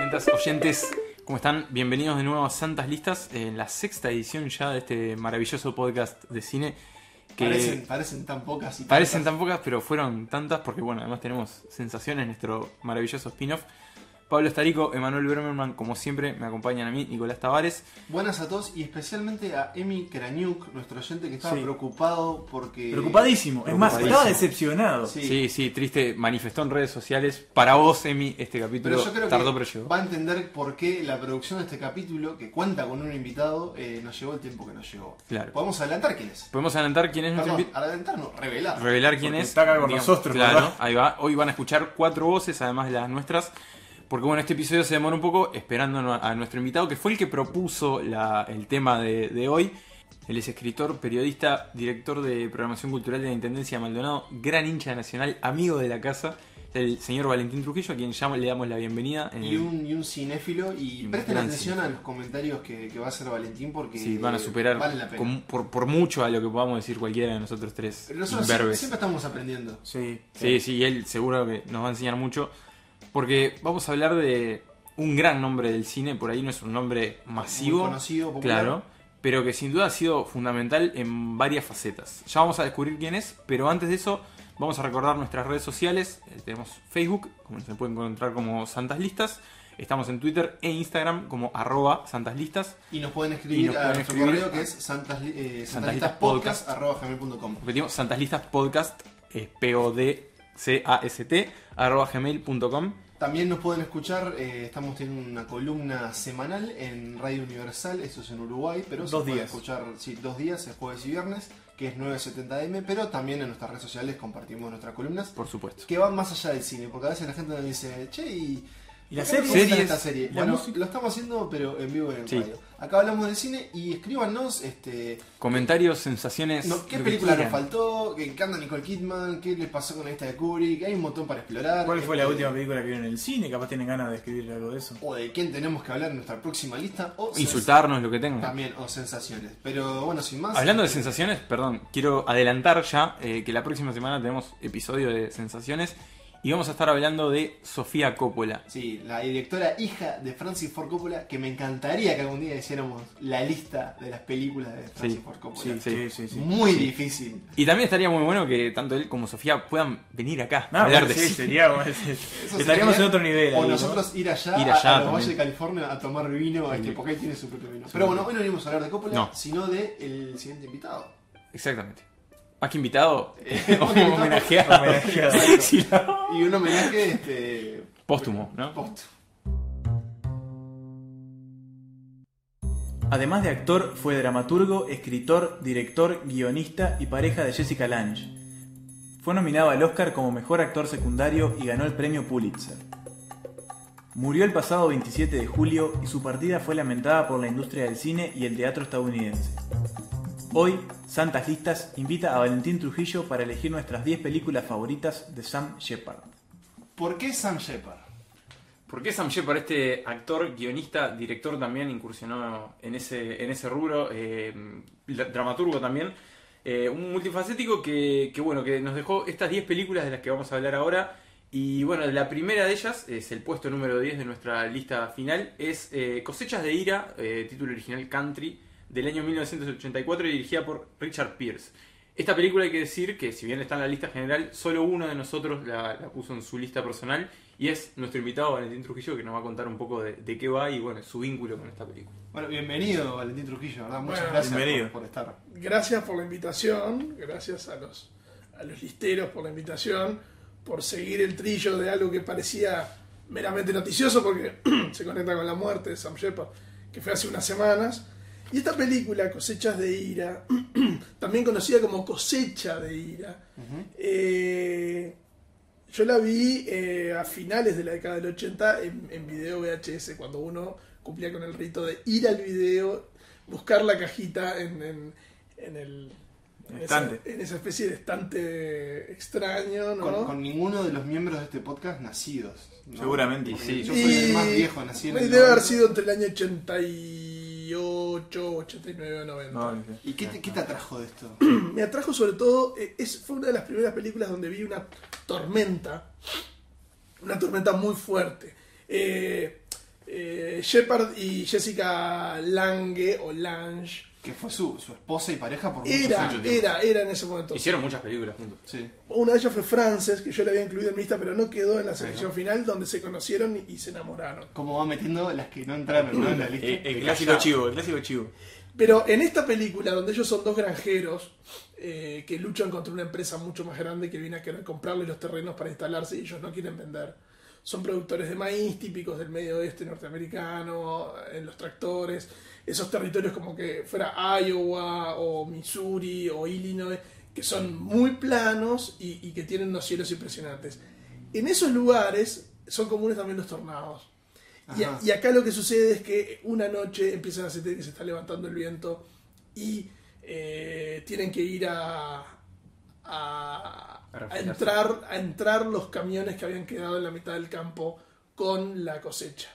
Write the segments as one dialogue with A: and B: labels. A: listas, oyentes, ¿cómo están? Bienvenidos de nuevo a Santas Listas, en la sexta edición ya de este maravilloso podcast de cine. Que
B: Parecen, parecen tan pocas y
A: parecen
B: tantas.
A: tan pocas, pero fueron tantas porque, bueno, además tenemos sensaciones en nuestro maravilloso spin-off. Pablo Estarico, Emanuel Bermerman, como siempre, me acompañan a mí, Nicolás Tavares.
B: Buenas a todos y especialmente a Emi Kraniuk, nuestro oyente que estaba
C: Sí.
B: preocupado porque.
C: Preocupadísimo. Es más,
A: Preocupadísimo.
C: estaba decepcionado.
B: Sí.
A: Sí. sí, triste, manifestó en redes sociales. Para vos, Emi, este capítulo
B: Pero yo creo
A: tardó
B: que
A: pero llegó.
B: va a entender por qué la producción de este capítulo, que cuenta con un invitado, eh, nos llevó el tiempo que nos llevó.
A: Claro.
B: Podemos adelantar quién es.
A: Podemos adelantar quién es nuestro
B: Perdón,
A: invi-
B: adelantarnos, revelar.
A: revelar quién
C: Porque
A: es.
C: está acá con
A: digamos,
C: nosotros,
A: Claro,
C: ¿verdad?
A: ahí va. Hoy van a escuchar cuatro voces, además de las nuestras. Porque bueno, este episodio se demora un poco esperando a nuestro invitado, que fue el que propuso la- el tema de, de hoy. Él es escritor, periodista, director de programación cultural de la Intendencia de Maldonado, gran hincha de nacional, amigo de la casa, el señor Valentín Trujillo, a quien ya le damos la bienvenida.
B: Y
A: Eh,
B: un, y un cinéfilo. Y,
A: Y un
B: presten
A: gran
B: atención a
A: cinéfilo.
B: los comentarios que, que va a hacer Valentín porque. eh,
A: Sí, van a superar
B: Vale la pena.
A: con- por, por mucho a lo que podamos decir cualquiera de nosotros tres.
B: Pero nosotros siempre,
A: imberbes.
B: siempre estamos aprendiendo.
C: Sí.
A: Sí, sí, y él seguro que nos va a enseñar mucho. Porque vamos a hablar de un gran nombre del cine, por ahí no es un nombre
B: Muy
A: masivo,
B: conocido, popular.
A: claro, pero que sin duda ha sido fundamental en varias facetas. Ya vamos a descubrir quién es, pero antes de eso vamos a recordar nuestras redes sociales. Eh, Tenemos Facebook, como se puede encontrar como Santas Listas. Estamos en Twitter e Instagram como arroba Santas Listas.
B: Y nos pueden escribir
A: Y nos
B: a
A: pueden
B: nuestro
A: escribir
B: correo que es santas, eh,
A: santalistaspodcast.
B: santalistaspodcast.com.
A: Repetimos, Santas Listas Podcast, eh, es P-O-D-C-A-S-T, arroba gmail.com.
B: También nos pueden escuchar, eh, estamos teniendo una columna semanal en Radio Universal, eso es en Uruguay, pero se
C: Dos
B: puede
C: días.
B: escuchar sí, dos días, el jueves y viernes, que es 970M, pero también en nuestras redes sociales compartimos nuestras columnas
A: Por supuesto.
B: que van más allá del cine, porque a veces la gente nos dice, che, y...
C: ¿Y las
B: ¿por qué no
C: series?
B: comentan esta serie?
C: ¿La
B: bueno,
C: música?
B: lo estamos haciendo, pero en vivo y en
A: Sí.
B: radio. Acá hablamos de cine y escríbanos este,
A: Comentarios, sensaciones.
B: No, ¿Qué
A: lo que
B: película nos
A: quieran.
B: faltó? ¿Qué encanta Nicole Kidman? ¿Qué les pasó con esta de Kubrick? Hay un montón para explorar.
C: ¿Cuál fue la
B: Este,
C: última película que vieron en el cine? Capaz tienen ganas de escribir algo de eso.
B: O de quién tenemos que hablar en nuestra próxima lista. O sens-
A: Insultarnos, lo que tengan.
B: También, o sensaciones. Pero bueno, sin más.
A: Hablando de sensaciones, perdón, quiero adelantar ya eh, que la próxima semana tenemos episodio de sensaciones y vamos a estar hablando de Sofía Coppola.
B: Sí, la directora hija de Francis Ford Coppola, que me encantaría que algún día hiciéramos la lista de las películas de
A: Sí,
B: Francis Ford
C: Sí,
B: Coppola.
A: sí.
C: sí, sí. sí.
B: Muy difícil.
A: Y también estaría muy bueno que tanto él como Sofía puedan venir
B: Ah,
A: acá
C: No,
A: a hablar
C: bueno,
A: de
C: sí,
A: cine.
C: sería bueno, sí.
B: Eso sería-
C: Estaríamos en otro nivel.
B: O
C: ahí, ¿no?
B: nosotros ir allá,
A: Ir allá
B: a- a, los
A: también.
B: Valles de California a tomar vino, este,
A: Sí.
B: porque él tiene su propio vino. Pero bueno, hoy no venimos a hablar de Coppola,
A: No.
B: sino de el siguiente invitado.
A: Exactamente. Más que invitado,
B: Eh,
A: homenajeado.
C: Homenajeado.
A: Sí, no.
B: Y un homenaje este,
A: Póstumo, ¿no?
B: post.
C: Además de actor, fue dramaturgo, escritor, director, guionista y pareja de Jessica Lange. Fue nominado al Oscar como mejor actor secundario y ganó el premio Pulitzer. Murió el pasado 27 de julio y su partida fue lamentada por la industria del cine y el teatro estadounidense. Hoy, Santas Listas invita a Valentín Trujillo para elegir nuestras 10 películas favoritas de Sam Shepard.
B: ¿Por qué Sam Shepard?
A: ¿Por qué Sam Shepard, este actor, guionista, director también incursionó en ese, en ese rubro, eh, la- dramaturgo también? eh, un multifacético que, que, bueno, que nos dejó estas 10 películas de las que vamos a hablar ahora. Y bueno, la primera de ellas es el puesto número 10 de nuestra lista final, es eh, Cosechas de Ira, eh, título original Country, del año 1984 y dirigida por Richard Pierce. Esta película hay que decir que si bien está en la lista general, solo uno de nosotros la, la puso en su lista personal y es nuestro invitado Valentín Trujillo que nos va a contar un poco de, de qué va y bueno, su vínculo con esta película.
B: Bueno, bienvenido Valentín Trujillo, ¿verdad? Muchas
D: Bueno,
B: gracias
C: bienvenido.
B: Por, por estar.
D: Gracias por la invitación, gracias a los, a los listeros por la invitación, por seguir el trillo de algo que parecía meramente noticioso porque se conecta con la muerte de Sam Shepard, que fue hace unas semanas. Y esta película, Cosechas de Ira, también conocida como Cosecha de Ira, eh, yo la vi eh, a finales de la década del 80 en, en video VHS, cuando uno cumplía con el rito de ir al video, buscar la cajita en, en- en el... en esa-
C: Estante.
D: en esa especie de estante extraño, ¿no?
B: Con, con ninguno de los miembros de este podcast nacidos. ¿no?
C: Seguramente.
B: Y
A: Sí,
B: yo soy el
D: Y
B: más viejo, nací en el
D: Debe haber
B: 90.
D: sido entre el año 88, 89 o 90.
C: No, no sé.
B: ¿Y qué te, qué te atrajo de esto?
D: Me atrajo sobre todo, eh, es, fue una de las primeras películas donde vi una tormenta, una tormenta muy fuerte. Eh, eh, Shepard y Jessica Lange o Lange.
B: Que fue su, su esposa y pareja por muchos
D: Era,
B: años.
D: era, era en ese momento.
A: Hicieron muchas películas juntos.
B: Sí.
D: Una de ellas fue Frances, que yo la había incluido en mi lista, pero no quedó en la selección final, donde se conocieron y- y se enamoraron.
B: Cómo va metiendo las que no entraron ¿no? en la lista.
A: Eh, eh,
C: El
A: clásico
C: clásico chivo, el clásico chivo.
D: Pero en esta película, donde ellos son dos granjeros eh, que luchan contra una empresa mucho más grande que viene a querer comprarle los terrenos para instalarse y ellos no quieren vender. Son productores de maíz típicos del medio oeste norteamericano, en los tractores, esos territorios como que fuera Iowa o Missouri o Illinois, que son muy planos y, y que tienen unos cielos impresionantes. En esos lugares son comunes también los tornados. Y,
B: Ajá.
D: y acá lo que sucede es que una noche empiezan a sentir que se está levantando el viento y eh, tienen que ir a, a,
A: A
D: a
A: refugiarse.
D: entrar, a entrar los camiones que habían quedado en la mitad del campo con la cosecha.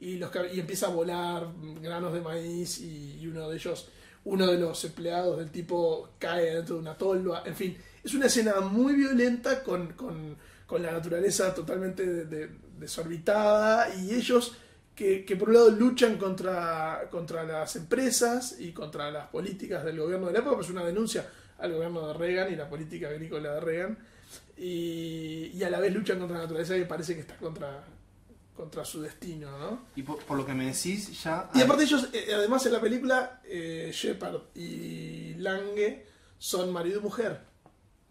D: Y, los, cam- y empieza a volar granos de maíz y, y uno de ellos, uno de los empleados del tipo cae dentro de una tolva. En fin, es una escena muy violenta con, con- con la naturaleza totalmente de- de- desorbitada y ellos que, que por un lado luchan contra, contra las empresas y contra las políticas del gobierno de la época, pues es una denuncia al gobierno de Reagan y la política agrícola de Reagan, y, y a la vez luchan contra la naturaleza que parece que está contra, contra su destino, ¿no?
B: Y por, por lo que me decís, ya.
D: Y aparte ellos, eh, además en la película, eh, Shepard y Lange son marido y mujer.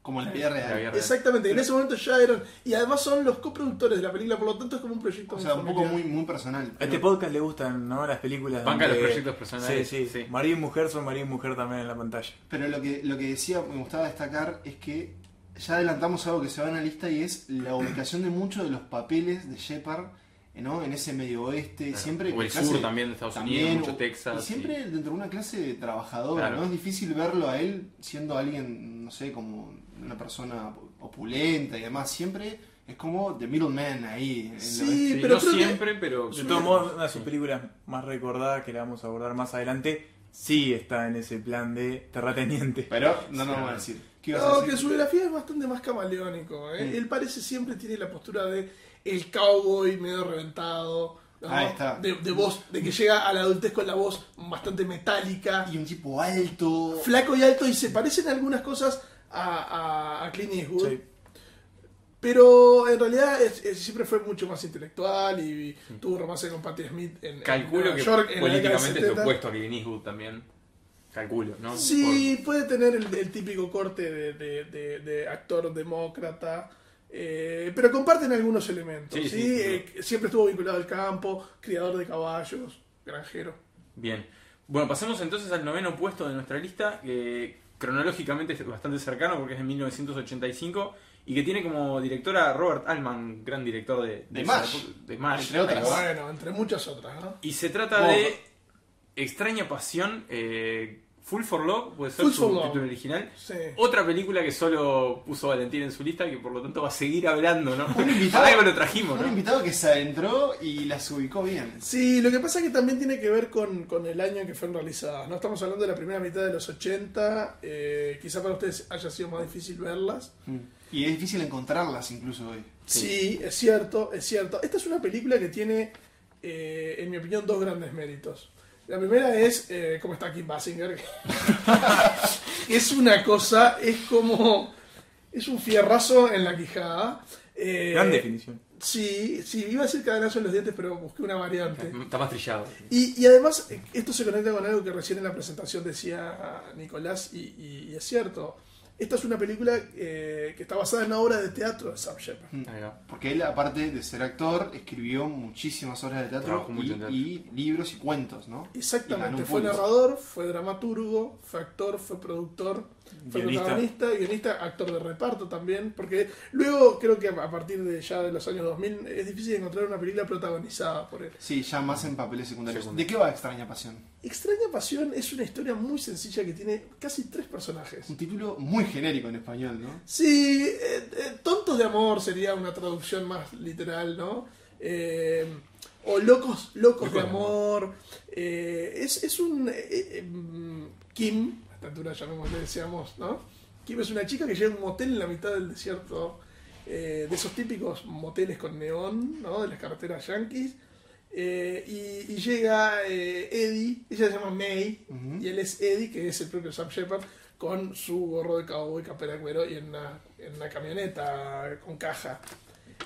B: Como en la vida real.
A: La vida real.
D: Exactamente, en ese momento ya eran, y además son los coproductores de la película, por lo tanto es como un proyecto
B: O
D: muy
B: sea, un poco
D: familiar.
B: muy, muy personal.
C: A este
B: pero-
C: podcast le gustan, ¿no? Las películas.
A: Banca
C: donde-
A: los proyectos personales,
C: Sí, sí.
A: sí.
C: Marido y mujer son marido y mujer también en la pantalla.
B: Pero lo que, lo que decía, me gustaba destacar, es que ya adelantamos algo que se va en la lista y es la ubicación de muchos de los papeles de Shepard ¿no? en ese medio oeste.
A: Claro.
B: Siempre
A: o el
B: clase-
A: sur también de Estados Unidos,
B: también,
A: mucho
B: o-
A: Texas.
B: Y siempre dentro de una clase trabajadora,
A: Claro.
B: ¿no? Es difícil verlo a él siendo alguien, no sé, como una persona opulenta y demás. Siempre es como The Middleman ahí. en la-
D: Sí,
A: Sí,
D: pero
A: no
D: creo que-
A: siempre, pero.
C: De todos modos, una de sus películas más recordadas que la vamos a abordar más adelante, sí está en ese plan de terrateniente.
B: Pero no nos vamos a
A: Claro.
B: decir. ¿Qué ibas a
D: No,
B: decir?
D: que su biografía es bastante más camaleónico. ¿eh?
B: Sí.
D: Él parece siempre tiene la postura de el cowboy medio reventado. ¿no?
B: Ahí está.
D: De, de voz, de que llega a la adultez con la voz bastante metálica,
B: Y un tipo alto.
D: flaco y alto, y se parecen algunas cosas a, a, a Clint Eastwood.
C: Sí.
D: Pero en realidad es- es- siempre fue mucho más intelectual y, tuvo romance con Patti Smith en, en
A: Mm. Calculo
D: Nueva
A: que
D: York en la década de
A: políticamente es
D: 70.
A: opuesto a Clint Eastwood también. Calculo, ¿no?
D: Sí, puede tener el, el típico corte de, de- de- de actor demócrata, eh, pero comparten algunos elementos.
A: Sí,
D: Sí,
A: sí,
D: Eh, siempre estuvo vinculado al campo, criador de caballos, granjero.
A: Por- Bien. Bueno, pasemos entonces al noveno puesto de nuestra lista, que cronológicamente es bastante cercano porque es de 1985 y que tiene como directora a Robert Altman, gran director de, de,
B: De
A: esa
B: MASH.
A: época- de MASH.
B: Entre otras.
A: Ahí va.
D: Bueno, entre muchas otras, ¿no?
A: Y se trata
B: Bob.
A: de Extraña Pasión, eh, Full for Love, puede ser
D: Full
A: su
D: for Love.
A: título original.
D: Sí.
A: Otra película que solo puso Valentín en su lista, que por lo tanto va a seguir hablando, ¿no?
B: Un invitado.
A: Para algo lo trajimos,
B: Un
A: ¿no?
B: invitado que se adentró y las ubicó bien.
D: Sí, lo que pasa es que también tiene que ver con, con el año en que fueron realizadas. No estamos hablando de la primera mitad de los 80, eh, quizá para ustedes haya sido más difícil verlas.
B: Y es difícil encontrarlas incluso hoy.
D: Sí, es cierto, es cierto. Esta es una película que tiene, eh, en mi opinión, dos grandes méritos. La primera es eh, cómo está Kim Basinger. es una cosa, es como. Es un fierrazo en la quijada. Eh,
C: Gran definición.
D: Sí, sí, iba a decir cadenazo en los dientes, pero busqué una variante.
A: Está más trillado.
D: Y, y además, eh, esto se conecta con algo que recién en la presentación decía Nicolás, y, y- y es cierto. Esta es una película eh, que está basada en una obra de teatro de Sam Shepard.
A: Ahí va.
B: Porque él, aparte de ser actor, escribió muchísimas obras de teatro
A: Trabajó
B: y,
A: mucho en teatro.
B: y libros y cuentos, ¿no? Y ganó
D: Exactamente,
B: un
D: fue
B: Pulitzer.
D: narrador, fue dramaturgo, fue actor, fue productor, fue
C: Guionista.
D: protagonista, guionista, actor de reparto también, porque luego creo que a partir de ya de los años 2000 es difícil encontrar una película protagonizada por él.
B: Sí, ya más en papeles secundarios.
A: Secundario.
B: ¿De qué va Extraña Pasión?
D: Extraña Pasión es una historia muy sencilla que tiene casi tres personajes.
B: Un título muy genérico en español, ¿no?
D: Sí, eh, eh, Tontos de Amor sería una traducción más literal, ¿no? Eh, o Locos, Locos de Amor. Eh, es, es un... eh, eh, mm, Kim, a esta altura llamémosle, decíamos, ¿no? Kim es una chica que llega a un motel en la mitad del desierto, eh, de esos típicos moteles con neón, ¿no? De las carreteras yanquis. Eh, y, y llega eh, Eddie, ella se llama May,
B: Ujú.
D: y él es Eddie, que es el propio Sam Shepard, con su gorro de cowboy, capera de cuero y en una, en una camioneta con caja.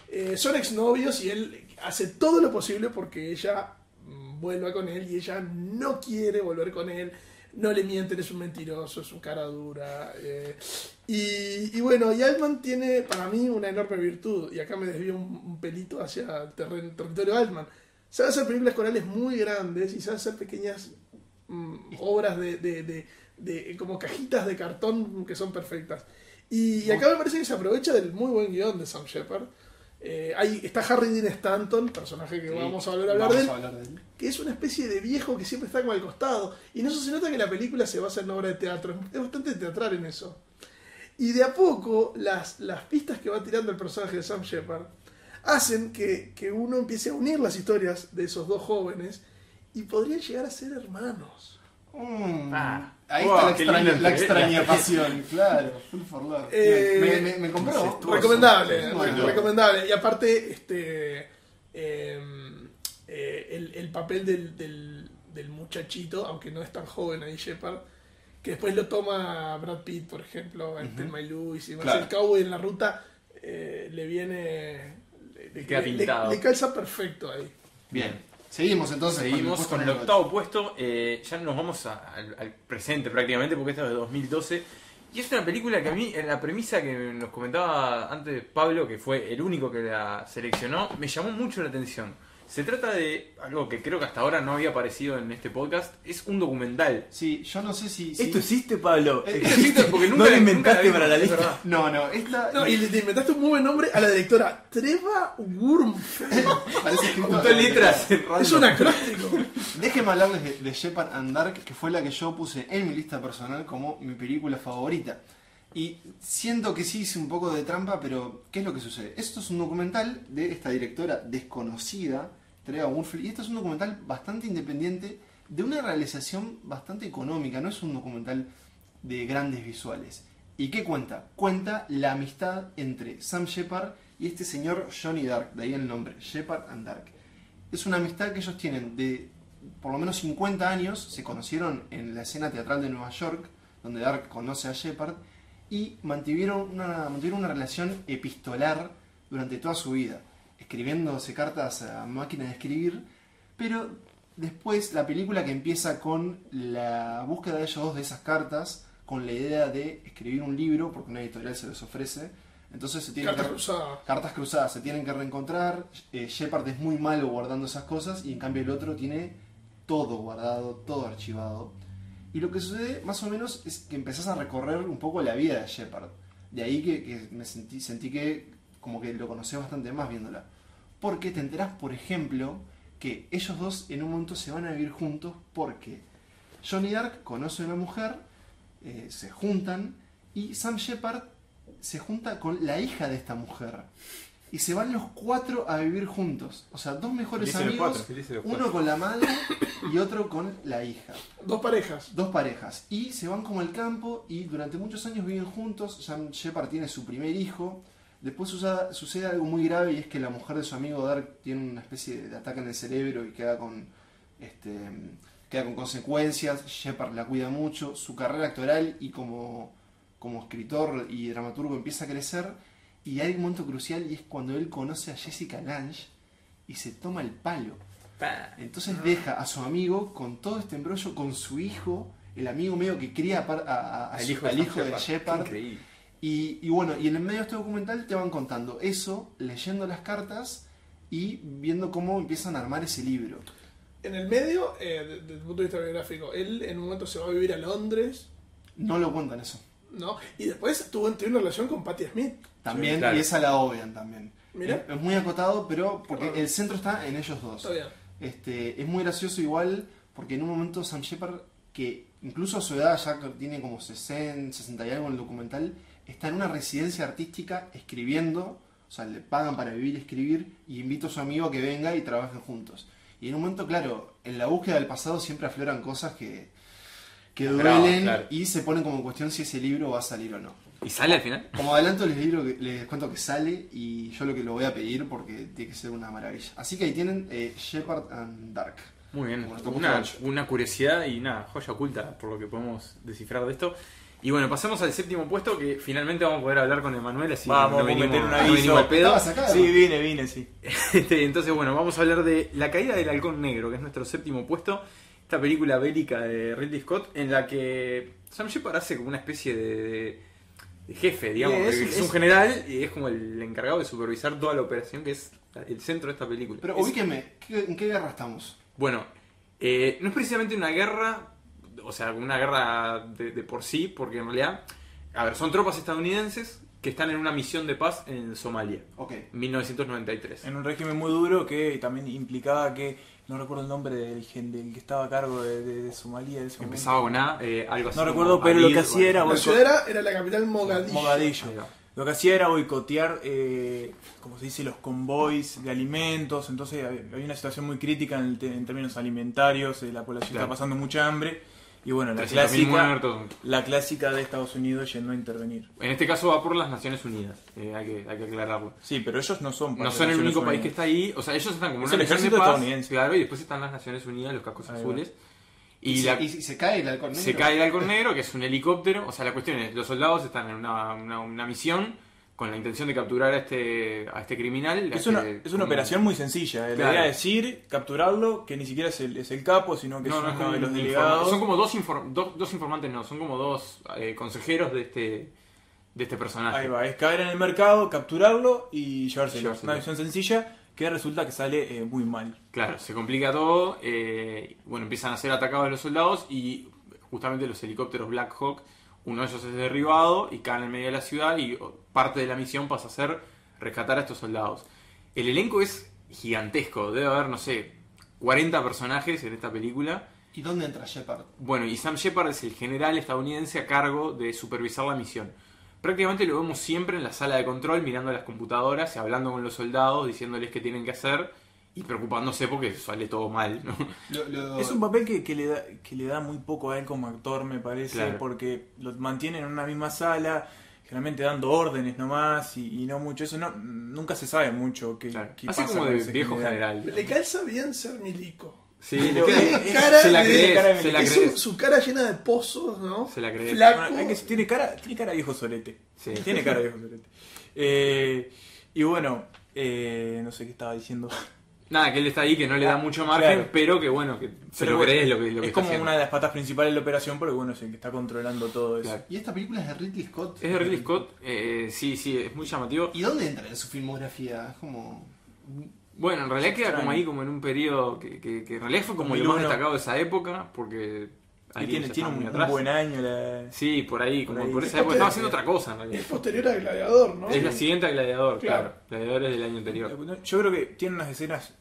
D: Eh, son exnovios y él hace todo lo posible porque ella mm, vuelva con él y ella no quiere volver con él. No le mienten, es un mentiroso, es un cara dura. eh, y, y bueno, y Altman tiene para mí una enorme virtud, y acá me desvío un, un pelito hacia el terren- territorio Altman. Sabe hacer películas corales muy grandes y sabe hacer pequeñas mm, obras de, de- de- de- como cajitas de cartón que son perfectas. Y, y acá me parece que se aprovecha del muy buen guión de Sam Shepard. Eh, ahí está Harry Dean Stanton, personaje que
B: Sí,
D: vamos a volver a hablar de
B: vamos
D: él,
B: a hablar de él.
D: que es una especie de viejo que siempre está como al costado. Y en eso se nota que la película se basa en una obra de teatro. Es bastante teatral en eso. Y de a poco, las, las pistas que va tirando el personaje de Sam Shepard hacen que, que uno empiece a unir las historias de esos dos jóvenes y podrían llegar a ser hermanos.
B: Mm,
A: Ah.
B: ahí
A: Wow,
B: está la
A: qué
B: extraña,
A: linda
B: la
A: entrevista.
B: extraña pasión, claro. Full for love.
D: Eh,
B: me, me, me compró.
A: incestuoso.
D: Recomendable,
B: Bueno.
D: re- recomendable. Y aparte, este eh, eh, el, el papel del, del- del muchachito, aunque no es tan joven ahí Shepard, que después lo toma Brad Pitt, por ejemplo, en Thelma y Louise, y más
B: Claro.
D: el cowboy en la ruta eh, le viene... Le, le-
A: Queda
D: le-
A: pintado.
D: le calza perfecto ahí.
B: Bien. Seguimos entonces. con el
A: Seguimos
B: puesto
A: con el
B: número
A: octavo puesto. eh, ya nos vamos a- al, al presente prácticamente, porque esta es de 2012. Y es una película que a mí, en la premisa que nos comentaba antes Pablo, que fue el único que la seleccionó, me llamó mucho la atención. Se trata de algo que creo que hasta ahora no había aparecido en este podcast. Es un documental.
B: Sí, yo no sé si. si-
C: ¿Esto existe, Pablo?
B: Eh,
A: Existe, porque
C: No
A: nunca- nunca
C: lo inventaste
A: vimos,
C: para la
A: es
C: lista.
A: verdad.
B: No, no, esta.
D: No, y le te inventaste un muy buen nombre a la directora, Treva Wurmfeld.
B: parece escrito-
A: Juntó letras.
D: Es un acróstico.
B: Déjenme hablarles de, de Shepard and Dark, que fue la que yo puse en mi lista personal como mi película favorita. Y siento que sí hice un poco de trampa, pero ¿qué es lo que sucede? Esto es un documental de esta directora desconocida, Trea Wurfield, y esto es un documental bastante independiente, de una realización bastante económica, no es un documental de grandes visuales. ¿Y qué cuenta? Cuenta la amistad entre Sam Shepard y este señor Johnny Dark, de ahí el nombre, Shepard and Dark es una amistad que ellos tienen de por lo menos 50 años, se conocieron en la escena teatral de Nueva York, donde Dark conoce a Shepard, y mantuvieron una, mantuvieron una relación epistolar durante toda su vida, escribiéndose cartas a máquina de escribir, pero después la película que empieza con la búsqueda de ellos dos de esas cartas, con la idea de escribir un libro, porque una editorial se los ofrece, entonces se tiene
D: Carta
B: que...
D: cruzada.
B: Cartas cruzadas se tienen que reencontrar. eh, Shepard es muy malo guardando esas cosas y en cambio el otro tiene todo guardado, todo archivado. Y lo que sucede más o menos es que empezás a recorrer un poco la vida de Shepard. De ahí que, que me sentí, sentí que como que lo conocés bastante más viéndola. Porque te enterás, por ejemplo, que ellos dos en un momento se van a vivir juntos porque Johnny Dark conoce a una mujer, eh, se juntan y Sam Shepard se junta con la hija de esta mujer. Y se van los cuatro a vivir juntos. O sea, dos mejores
A: Felices los
B: amigos,
A: cuatro, felices los cuatro.
B: uno con la madre y otro con la hija
D: Dos parejas.
B: dos parejas y se van como al campo y durante muchos años viven juntos. Sam Shepard tiene su primer hijo. Después susa- sucede algo muy grave y es que la mujer de su amigo Dark tiene una especie de ataque en el cerebro y queda con este queda con consecuencias. Shepard la cuida mucho, su carrera actoral y como como escritor y dramaturgo empieza a crecer y hay un momento crucial y es cuando él conoce a Jessica Lange y se toma el palo. Entonces deja a su amigo con todo este embrollo, con su hijo, el amigo medio que cría a par- a- a- a su- al hijo de Shepard.
A: Increíble.
B: Y, y bueno, y en el medio de este documental te van contando eso, leyendo las cartas y viendo cómo empiezan a armar ese libro.
D: En el medio, eh, de- desde el punto de vista biográfico, él en un momento se va a vivir a Londres,
B: No lo cuentan eso.
D: ¿no? Y después tuvo, tiene una relación con Patti Smith.
B: También,
A: Sí, claro.
B: y esa la obvian también.
D: Mirá.
B: Es muy acotado, pero porque
D: raro.
B: el centro está en ellos dos.
D: Está bien.
B: Este, es muy gracioso igual porque en un momento Sam Shepard, que incluso a su edad ya que tiene como 60, 60 y algo en el documental, está en una residencia artística escribiendo, o sea, le pagan para vivir y escribir, y invito a su amigo a que venga y trabajen juntos. Y en un momento, claro, en la búsqueda del pasado siempre afloran cosas que, que
A: Bravo,
B: duelen
A: claro.
B: y se ponen como en cuestión si ese libro va a salir o no.
A: ¿Y sale al final?
B: Como adelanto les, libro que- les cuento que sale y yo lo que lo voy a pedir porque tiene que ser una maravilla. Así que ahí tienen eh, Shepard and Dark.
A: Muy bien,
B: Bueno, estamos
A: una,
B: todos.
A: una curiosidad y nada, joya oculta por lo que podemos descifrar de esto. Y bueno, pasamos al séptimo puesto que finalmente vamos a poder hablar con Emanuel, así
C: Vamos,
A: no
C: vamos a
A: venimos,
C: meter un
A: no
C: aviso.
A: venimos al pedo.
B: Estabas acá,
C: Sí,
B: ¿no?
C: vine, vine, sí.
A: Este, entonces, bueno, vamos a hablar de La caída del halcón negro, que es nuestro séptimo puesto. Esta película bélica de Ridley Scott, en la que Sam Shepard hace como una especie de, de- de jefe, digamos.
C: es-
A: porque es, un
C: es-
A: general y es como el encargado de supervisar toda la operación, que es el centro de esta película.
B: Pero
A: Es-
B: ubíqueme, ¿qué- ¿en qué guerra estamos?
A: bueno, eh, no es precisamente una guerra, o sea, una guerra de, de por sí, porque en realidad, a ver, son tropas estadounidenses que están en una misión de paz en Somalia,
B: Ok.
A: 1993.
C: En un régimen muy duro que también implicaba que, no recuerdo el nombre del, gen- del que estaba a cargo de, de- de Somalia. de ese
A: Empezaba con A, eh, algo así.
C: No
A: como
C: recuerdo, pero lo
A: Adil,
C: que hacía era-
D: La
C: Boicot.
D: ciudad era, era la capital
C: momento.
D: Mogadishu.
C: Mogadillo.
A: Ahí va.
C: Lo que hacía era boicotear, eh, como se dice, los convoys de alimentos. Entonces había había una situación muy crítica en, el te- en términos alimentarios. eh, la población
A: Claro.
C: está pasando mucha hambre. Y bueno, la
A: 300.000
C: clásica,
A: muertos.
C: la clásica de Estados Unidos yendo a intervenir.
A: En este caso va por las Naciones Unidas, eh, hay, que, hay que aclararlo.
C: Sí, pero ellos no son
A: No son el único país que está ahí, o sea, ellos están como
C: Es
A: en una misión
C: el
A: de
C: ejército
A: paz,
C: estadounidense.
A: claro, y después están las Naciones Unidas, los cascos
C: Ahí va.
A: azules.
B: Y,
A: Y,
B: se,
A: la,
B: y se- se cae el halcón negro.
A: Se cae el halcón negro, que es un helicóptero. O sea, la cuestión es, los soldados están en una, una- una misión con la intención de capturar a este, a este criminal. a
C: Es una,
A: este-
C: es una operación muy sencilla. eh. La
A: Claro.
C: idea es ir, capturarlo, que ni siquiera es el, es el capo, sino que
A: No,
C: es
A: no,
C: uno
A: es como
C: de los
A: un informa-
C: delegados.
A: Son como dos, infor- dos, dos informantes, no, son como dos eh, consejeros de este, de este personaje.
C: Ahí va, es caer en el mercado, capturarlo y llevárselo.
A: Llevárselo.
C: Una misión sencilla que resulta que sale eh, muy mal.
A: Claro, se complica todo. eh, bueno, empiezan a ser atacados los soldados y justamente los helicópteros Black Hawk, uno de ellos es derribado y cae en el medio de la ciudad y o, parte de la misión pasa a ser rescatar a estos soldados. El elenco es gigantesco, debe haber, no sé, 40 personajes en esta película.
B: ¿Y dónde entra Shepard?
A: Bueno, y Sam Shepard es el general estadounidense a cargo de supervisar la misión. Prácticamente lo vemos siempre en la sala de control, mirando las computadoras y hablando con los soldados, diciéndoles qué tienen que hacer y preocupándose porque sale todo mal, ¿no?
B: Lo- lo-
C: Es un papel que, que le da, que le da muy poco a él como actor, me parece,
A: Claro.
C: porque lo mantienen en una misma sala, generalmente dando órdenes nomás y, y no mucho. Eso no, nunca se sabe mucho qué,
A: Claro.
C: qué
A: Hace
C: pasa
A: como
C: con
A: de
C: ese
A: viejo
C: general.
A: general.
D: Le calza bien ser milico.
A: Sí,
C: Pero
A: le queda-
D: tiene cara
A: se la
D: de-
A: crees,
C: cara de
A: se la
D: Es su,
A: crees.
D: su cara llena de pozos, ¿no?
A: Se la crees.
D: Flaco.
C: Bueno, hay que- tiene cara, tiene cara de viejo solete.
A: Sí.
C: Tiene cara de viejo solete. Eh, y bueno, eh, no sé qué estaba diciendo.
A: Nada, que él está ahí, que no le da mucho margen,
C: Ah, Claro.
A: pero que bueno, que se
C: Pero
A: lo
C: bueno,
A: crees lo que, lo que
C: es
A: está
C: como
A: haciendo.
C: una de las patas principales de la operación, porque bueno, es el que está controlando todo eso.
A: Claro.
B: ¿Y esta película es de Ridley Scott?
A: Es de Ridley Scott, eh, sí, sí, es muy llamativo.
B: ¿Y dónde entra en su filmografía? Es como...
A: Bueno, en realidad queda como
C: Extraño.
A: ahí, como en un periodo que, que, que en realidad fue como lo más
C: 2001.
A: destacado de esa época, porque
C: Y
A: alguien ya
C: tiene, tiene
A: estaba
C: un,
A: muy
C: un
A: atrás.
C: buen año. la-
A: Sí, por ahí,
C: Por
A: como por,
C: ahí.
A: esa época. Estaba haciendo otra cosa en realidad.
D: Es posterior al gladiador, ¿no?
A: Es la siguiente a Gladiador, claro.
D: Claro.
A: Gladiador es del año anterior.
C: Yo creo que tiene unas escenas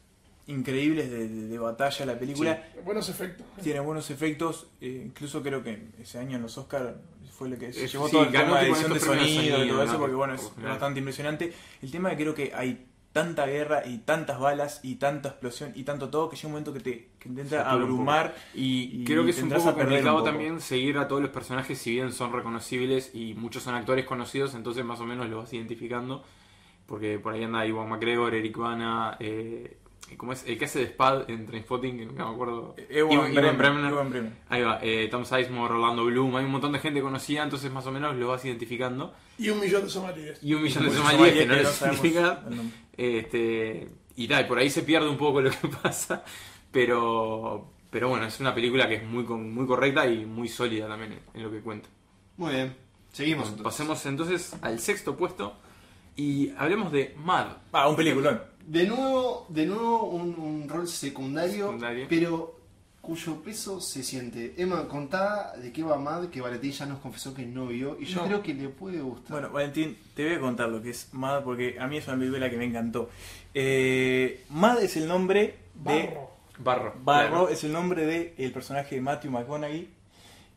C: increíbles de, de- de batalla la película.
D: Buenos efectos.
C: Tiene buenos efectos. eh, incluso creo que ese año en los Oscars fue lo que se
A: Eh,
C: llevó
A: sí,
C: todo el
A: ganó
C: tema de
A: tipo
C: edición de
A: estos premios de
C: sonido y
A: sonido,
C: todo
A: ¿no?
C: eso, porque bueno, es
A: Por general.
C: bastante impresionante. El tema de que creo que hay tanta guerra y tantas balas y tanta explosión y tanto todo que llega un momento que te que intenta
A: Satura un poco.
C: abrumar
A: Y,
C: Y
A: creo que es un
C: tendrás
A: poco
C: a perder un
A: complicado
C: poco.
A: también seguir a todos los personajes, si bien son reconocibles y muchos son actores conocidos, entonces más o menos los vas identificando. Porque por ahí anda Iwan McGregor, Eric Bana, eh, ¿cómo es? El que hace de Spad en Trainspotting, que nunca me acuerdo. Ewan-
C: Ewan
A: Ewan
C: Bremer,
A: Bremner.
C: Ewan Bremer.
A: Ahí va, eh, Tom Sizemore, Orlando Bloom, hay un montón de gente conocida, entonces más o menos los vas identificando.
D: Y un millón de somalíes.
A: Y un millón de
C: Porque
A: somalíes que no
C: somalíes
A: les
C: sabemos
A: identifica.
C: el nombre.
A: Este, y tal, por ahí se pierde un poco lo que pasa, pero, pero bueno, es una película que es muy, con- muy correcta y muy sólida también en, en lo que cuenta.
B: Muy bien. Seguimos entonces.
A: Pasemos entonces al sexto puesto y hablemos de Mad.
C: Ah, un peliculón.
B: De nuevo, de nuevo un, un rol secundario,
A: Secundario.
B: pero cuyo peso se siente. Emma, contá de qué va Mad, que Valentín ya nos confesó que no vio, y yo
C: No.
B: creo que le puede gustar.
C: Bueno, Valentín, te voy a contar lo que es MAD porque a mí es una película que me encantó. Eh, MAD es el nombre de.
D: Barro.
A: Barro.
C: Barro
A: Claro.
C: es el nombre del el personaje de Matthew McConaughey,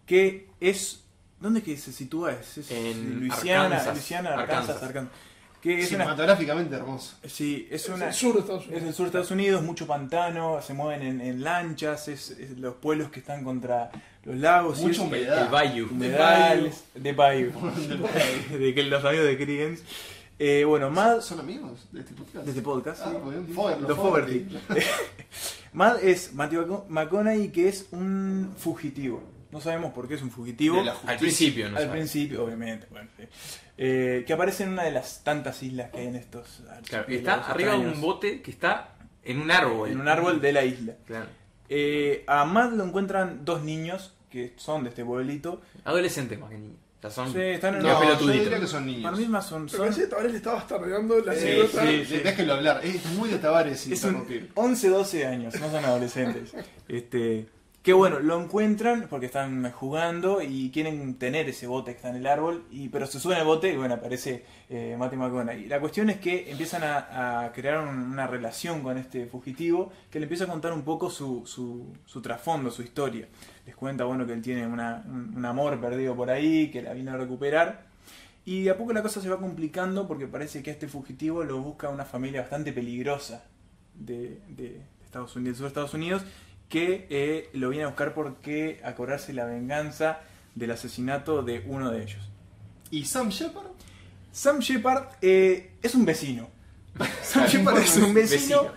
C: que es. ¿Dónde es que se sitúa? Es, es
A: En
C: Luisiana,
A: Arkansas.
C: Luisiana, Arkansas,
A: Arkansas.
C: Arkansas. Que es una,
B: Cinematográficamente hermoso.
C: sí, es
D: Es
C: una,
D: el sur de Estados
C: Es
D: Unidos.
C: el sur de Estados Unidos, mucho pantano, se mueven en, en lanchas, es, es los pueblos que están contra los lagos. y
B: Mucha
C: es-
B: humedad.
A: El Bayou.
C: humedales, de Bayou. de que los amigos de Krigens. Eh, bueno, más
B: ¿Son amigos de este podcast?
C: desde podcast.
B: Ah,
C: sí.
B: muy bien.
C: Los Fogarty. Mad es Matthew Mc- McConaughey que es un fugitivo. No sabemos por qué es un fugitivo.
B: De la
A: Al
B: justicia.
A: principio, no
C: Al
A: sabes.
C: principio, obviamente. bueno, sí. Eh, que aparece en una de las tantas islas que hay en estos
A: Claro,
C: archipiélagos
A: está arriba de un
C: extraños.
A: bote que está en un árbol.
C: En un árbol de la isla.
A: Claro.
C: Eh, a Matt lo encuentran dos niños que son de este pueblito.
A: Adolescentes más que niños. O sea, son.
C: Sí, están en
A: Los
B: No, yo
A: pelotuditos.
B: diría que son niños.
C: Para mí más son...
D: Pero
C: son-
D: parece que Tabaré le está bastardeando la
B: Sí,
D: anécdota.
B: sí,
C: sí.
B: Déjenlo hablar. Es muy de Tabares
C: es un
B: interrumpir.
C: 11, 12 años, no son adolescentes. este Que bueno, lo encuentran porque están jugando y quieren tener ese bote que está en el árbol, y pero se suben al bote y bueno, aparece eh, Matty McConaughey. La cuestión es que empiezan a, a crear un- una relación con este fugitivo que le empieza a contar un poco su, su, su trasfondo, su historia. Les cuenta, bueno, que él tiene una- un, un amor perdido por ahí, que la vino a recuperar. Y de a poco la cosa se va complicando porque parece que a este fugitivo lo busca una familia bastante peligrosa de, de Estados Unidos, del sur de Estados Unidos, que eh, lo viene a buscar porque a cobrarse la venganza del asesinato de uno de ellos.
B: ¿Y Sam Shepard?
C: Sam Shepard eh, es un vecino. Sam Shepard es un vecino,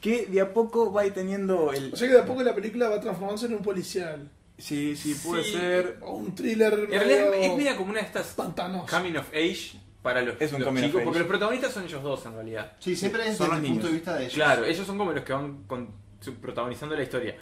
C: que de a poco va a ir teniendo el...
D: O sea que de a poco la película va transformándose en un policial.
C: Sí, sí, puede
A: Sí.
C: ser...
D: O Oh, un thriller.
A: En realidad es
D: medio
A: es media como una de estas
D: pantanoso.
A: coming of age para los,
C: Es un
A: los
C: coming of
A: chicos.
C: age.
A: Porque los protagonistas son ellos dos en realidad.
B: Sí, siempre es
C: Son
B: desde
C: los
B: el punto
C: niños.
B: de vista de ellos.
A: Claro, ellos son como los que van con- su- protagonizando la historia.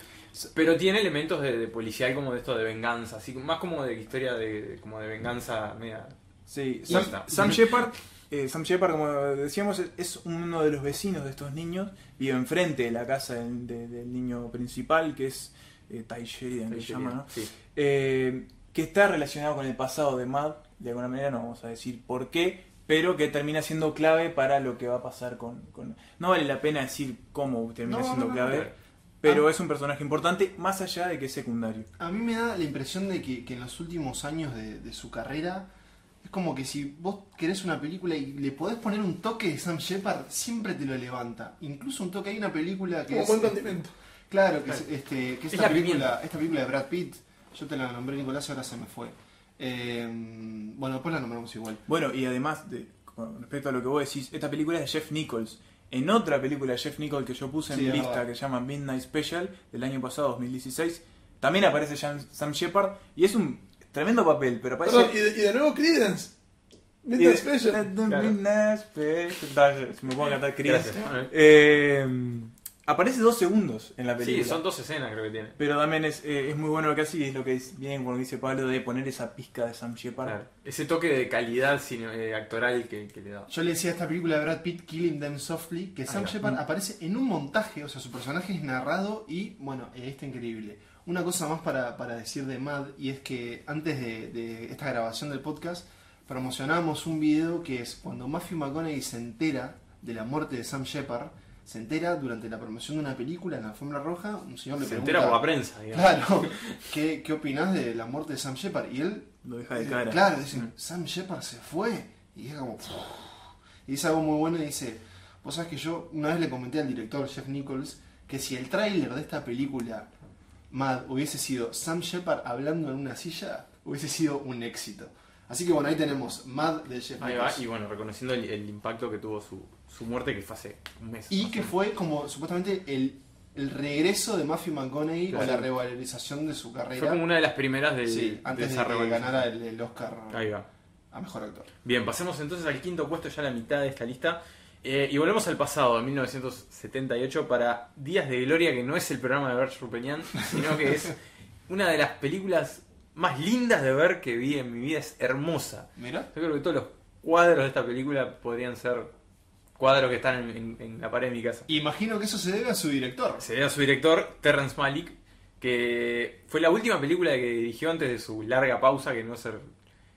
A: Pero tiene elementos de, de policial como de esto de venganza, así más como de historia de, de- como de venganza media.
C: Sí,
A: Y
C: Sam,
A: está.
C: Sam Shepard, eh, Sam Shepard, como decíamos, es- es uno de los vecinos de estos niños. Vive enfrente de la casa del, de- del niño principal, que es eh, Ty Sheridan, que se llama, ¿no?
A: Sí.
C: Eh, que está relacionado con el pasado de Mad. De alguna manera no vamos a decir por qué, pero que termina siendo clave para lo que va a pasar con... con- No vale la pena decir cómo termina
B: No,
C: siendo
B: no, Ah. no,
C: clave,
A: claro.
C: pero es un personaje importante, más allá de que es secundario.
B: A mí me da la impresión de que, que en los últimos años de, de su carrera es como que si vos querés una película y le podés poner un toque de Sam Shepard, siempre te lo levanta. Incluso un toque, hay una película que
D: Como
B: es...
D: buen condimento.
B: Claro, que, es- este, que
A: Es
B: esta,
A: la
B: película,
A: pimienta.
B: esta película de Brad Pitt, yo te la nombré Nicolás y ahora se me fue. Eh, bueno, después la nombramos igual.
C: Bueno, y además, de, con respecto a lo que vos decís, esta película es de Jeff Nichols. En otra película de Jeff Nichols que yo puse en
B: Sí,
C: mi
B: es
C: lista,
B: verdad.
C: que se llama Midnight Special, del año pasado, 2016, también aparece Jan- Sam Shepard, y es un tremendo papel, pero aparece...
D: Perdón, y de, y de nuevo Credence.
C: y de-
D: Midnight Special.
C: Midnight Special. Dale, si me puedo cantar Creedence.
A: Gracias. Bueno,
C: Eh, aparece dos segundos en la película.
A: Sí, son dos escenas creo que tiene.
C: Pero también es, eh, es muy bueno lo que hace y es lo que es bien como dice Pablo de poner esa pizca de Sam Shepard.
A: Claro. Ese toque de calidad cine- eh, actoral que, que le da.
B: Yo le decía a esta película de Brad Pitt, Killing Them Softly, que Sam
A: Ahí va.
B: Shepard aparece en un montaje, o sea, su personaje es narrado y, bueno, eh, está increíble. Una cosa más para, para decir de Mad, y es que antes de, de esta grabación del podcast, promocionamos un video que es cuando Matthew McConaughey se entera de la muerte de Sam Shepard, se entera durante la promoción de una película en la alfombra roja, un señor le
A: Se
B: pregunta...
A: entera por la prensa, digamos.
B: Claro, ¿qué, ¿qué opinás de la muerte de Sam Shepard? Y él
C: Lo deja de
B: Dice,
C: cara.
B: Eh, Claro,
A: Mm.
B: dicen, Sam Shepard se fue. Y es como. "Pff". Y dice algo muy bueno y dice: Vos sabés que yo una vez le comenté al director Jeff Nichols que si el tráiler de esta película Mad hubiese sido Sam Shepard hablando en una silla, hubiese sido un éxito. Así que bueno, ahí tenemos Mad de Jeff
A: Ahí va,
B: Nichols.
A: y bueno, reconociendo el, el impacto que tuvo su, su muerte que fue hace un mes.
B: Y
A: más
B: que
A: o menos.
B: fue como supuestamente el, el regreso de Matthew McConaughey o
A: Claro.
B: la revalorización de su carrera.
A: Fue como una de las primeras de,
B: Sí, antes de,
A: esa
B: que
A: revolución.
B: ganara el, el Oscar
A: Ahí va.
B: a mejor actor.
A: Bien, pasemos entonces al quinto puesto, ya la mitad de esta lista. Eh, y volvemos al pasado, a 1978, para Días de Gloria, que no es el programa de Bert Rupeñán, sino que es una de las películas más lindas de ver que vi en mi vida. Es hermosa.
B: Mira,
A: Yo creo que todos los cuadros de esta película podrían ser cuadros que están en, en- en la pared de mi casa.
B: imagino que eso se debe a su director.
A: Se ve a su director, Terrence Malick, que fue la última película que dirigió antes de su larga pausa, que no se,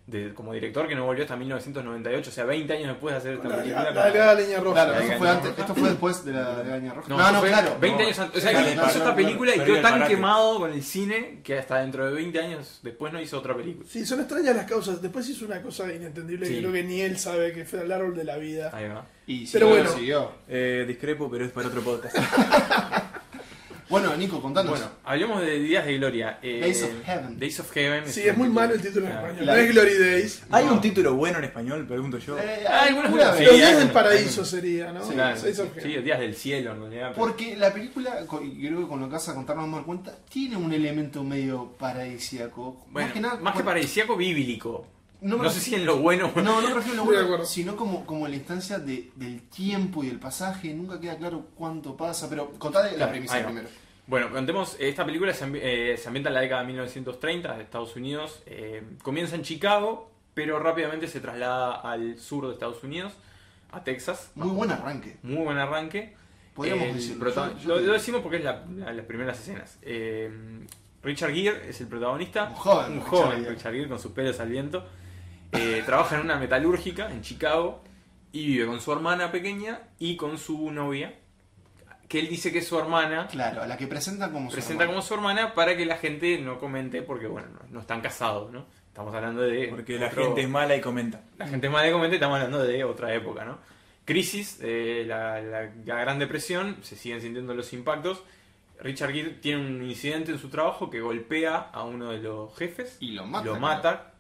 A: de- como director que no volvió hasta 1998, o sea, 20 años después de hacer esta
D: La,
A: película.
D: la,
A: la-
D: la, la leña roja.
B: Claro,
A: La
B: esto
A: Gaña
B: fue,
A: Roja.
B: antes, esto fue después de la de Gaña Roja. No,
A: no,
B: no,
A: fue
B: claro.
A: 20
E: No.
A: años antes. O sea,
B: Claro,
A: que
B: claro,
A: hizo esta
B: claro,
A: película
E: claro.
A: y
E: Perdió
A: quedó
E: el
A: tan
E: parate.
A: quemado con el cine que hasta dentro de 20 años después no hizo otra película.
D: Sí, son extrañas las causas. Después hizo una cosa inentendible
A: Sí.
D: que creo que ni él sabe que fue el árbol de la vida.
A: Ahí va.
B: Y
D: Pero
B: siguió,
D: bueno.
B: siguió.
C: Eh, discrepo, pero es para otro podcast.
B: Bueno, Nico, contanos.
A: Bueno, hablemos de Días de Gloria. Eh,
B: Days of Heaven.
A: Days of Heaven.
D: Sí, es muy
A: un-
D: malo el título en
A: Claro.
D: español.
B: La-
D: No es Glory Days.
C: ¿Hay
B: No.
C: un título bueno en español? Pregunto yo.
B: Eh,
A: Ah, algunas
B: alguna
A: veces.
B: vez.
D: Los
A: Sí, hay
D: días del
A: un-
D: paraíso sería, ¿no?
A: Sí, claro.
D: Seis objetos.
A: Sí, Días del Cielo, en realidad.
B: Porque la película, co- y creo que con lo que vas a contarnos más cuenta, tiene un elemento medio paradisiaco.
A: Bueno,
B: más que nada. por-
A: paradisíaco, bíblico.
B: No
A: No,
B: me-
A: sé si en lo bueno.
B: No, no prefiero lo
D: Estoy de
B: bueno,
D: acuerdo.
B: sino como, como la instancia de- del tiempo y del pasaje. Nunca queda claro cuánto pasa, pero contad la
A: Claro,
B: premisa
A: ahí va.
B: primero.
A: Bueno, contemos, esta película se, ambi- eh, se ambienta en la década de 1930 de Estados Unidos. Eh, comienza en Chicago, pero rápidamente se traslada al sur de Estados Unidos, a Texas.
B: Muy buen arranque.
A: Muy buen arranque.
B: Podríamos
A: El
B: decirlo.
A: prota-
B: Yo- yo
A: lo,
B: te-
A: lo decimos porque es la, la- las primeras escenas. Eh, Richard Gere es el protagonista.
B: Un joven
A: Un
B: Richard
A: joven
B: Gere.
A: Richard Gere con sus pelos al viento. Eh, trabaja en una metalúrgica en Chicago y vive con su hermana pequeña y con su novia, que él dice que es su hermana.
B: Claro, a la que presenta como su
A: Presenta
B: hermana.
A: como su hermana para que la gente no comente porque, bueno, no, no están casados, ¿no? Estamos hablando de...
C: Porque la
A: otro-
C: gente es mala y comenta.
A: la gente más de comenta, estamos hablando de otra época, ¿no? Crisis, eh, la, la- la Gran Depresión, se siguen sintiendo los impactos. Richard Gere tiene un incidente en su trabajo que golpea a uno de los jefes,
B: Y lo mata.
A: lo
B: creo.
A: mata.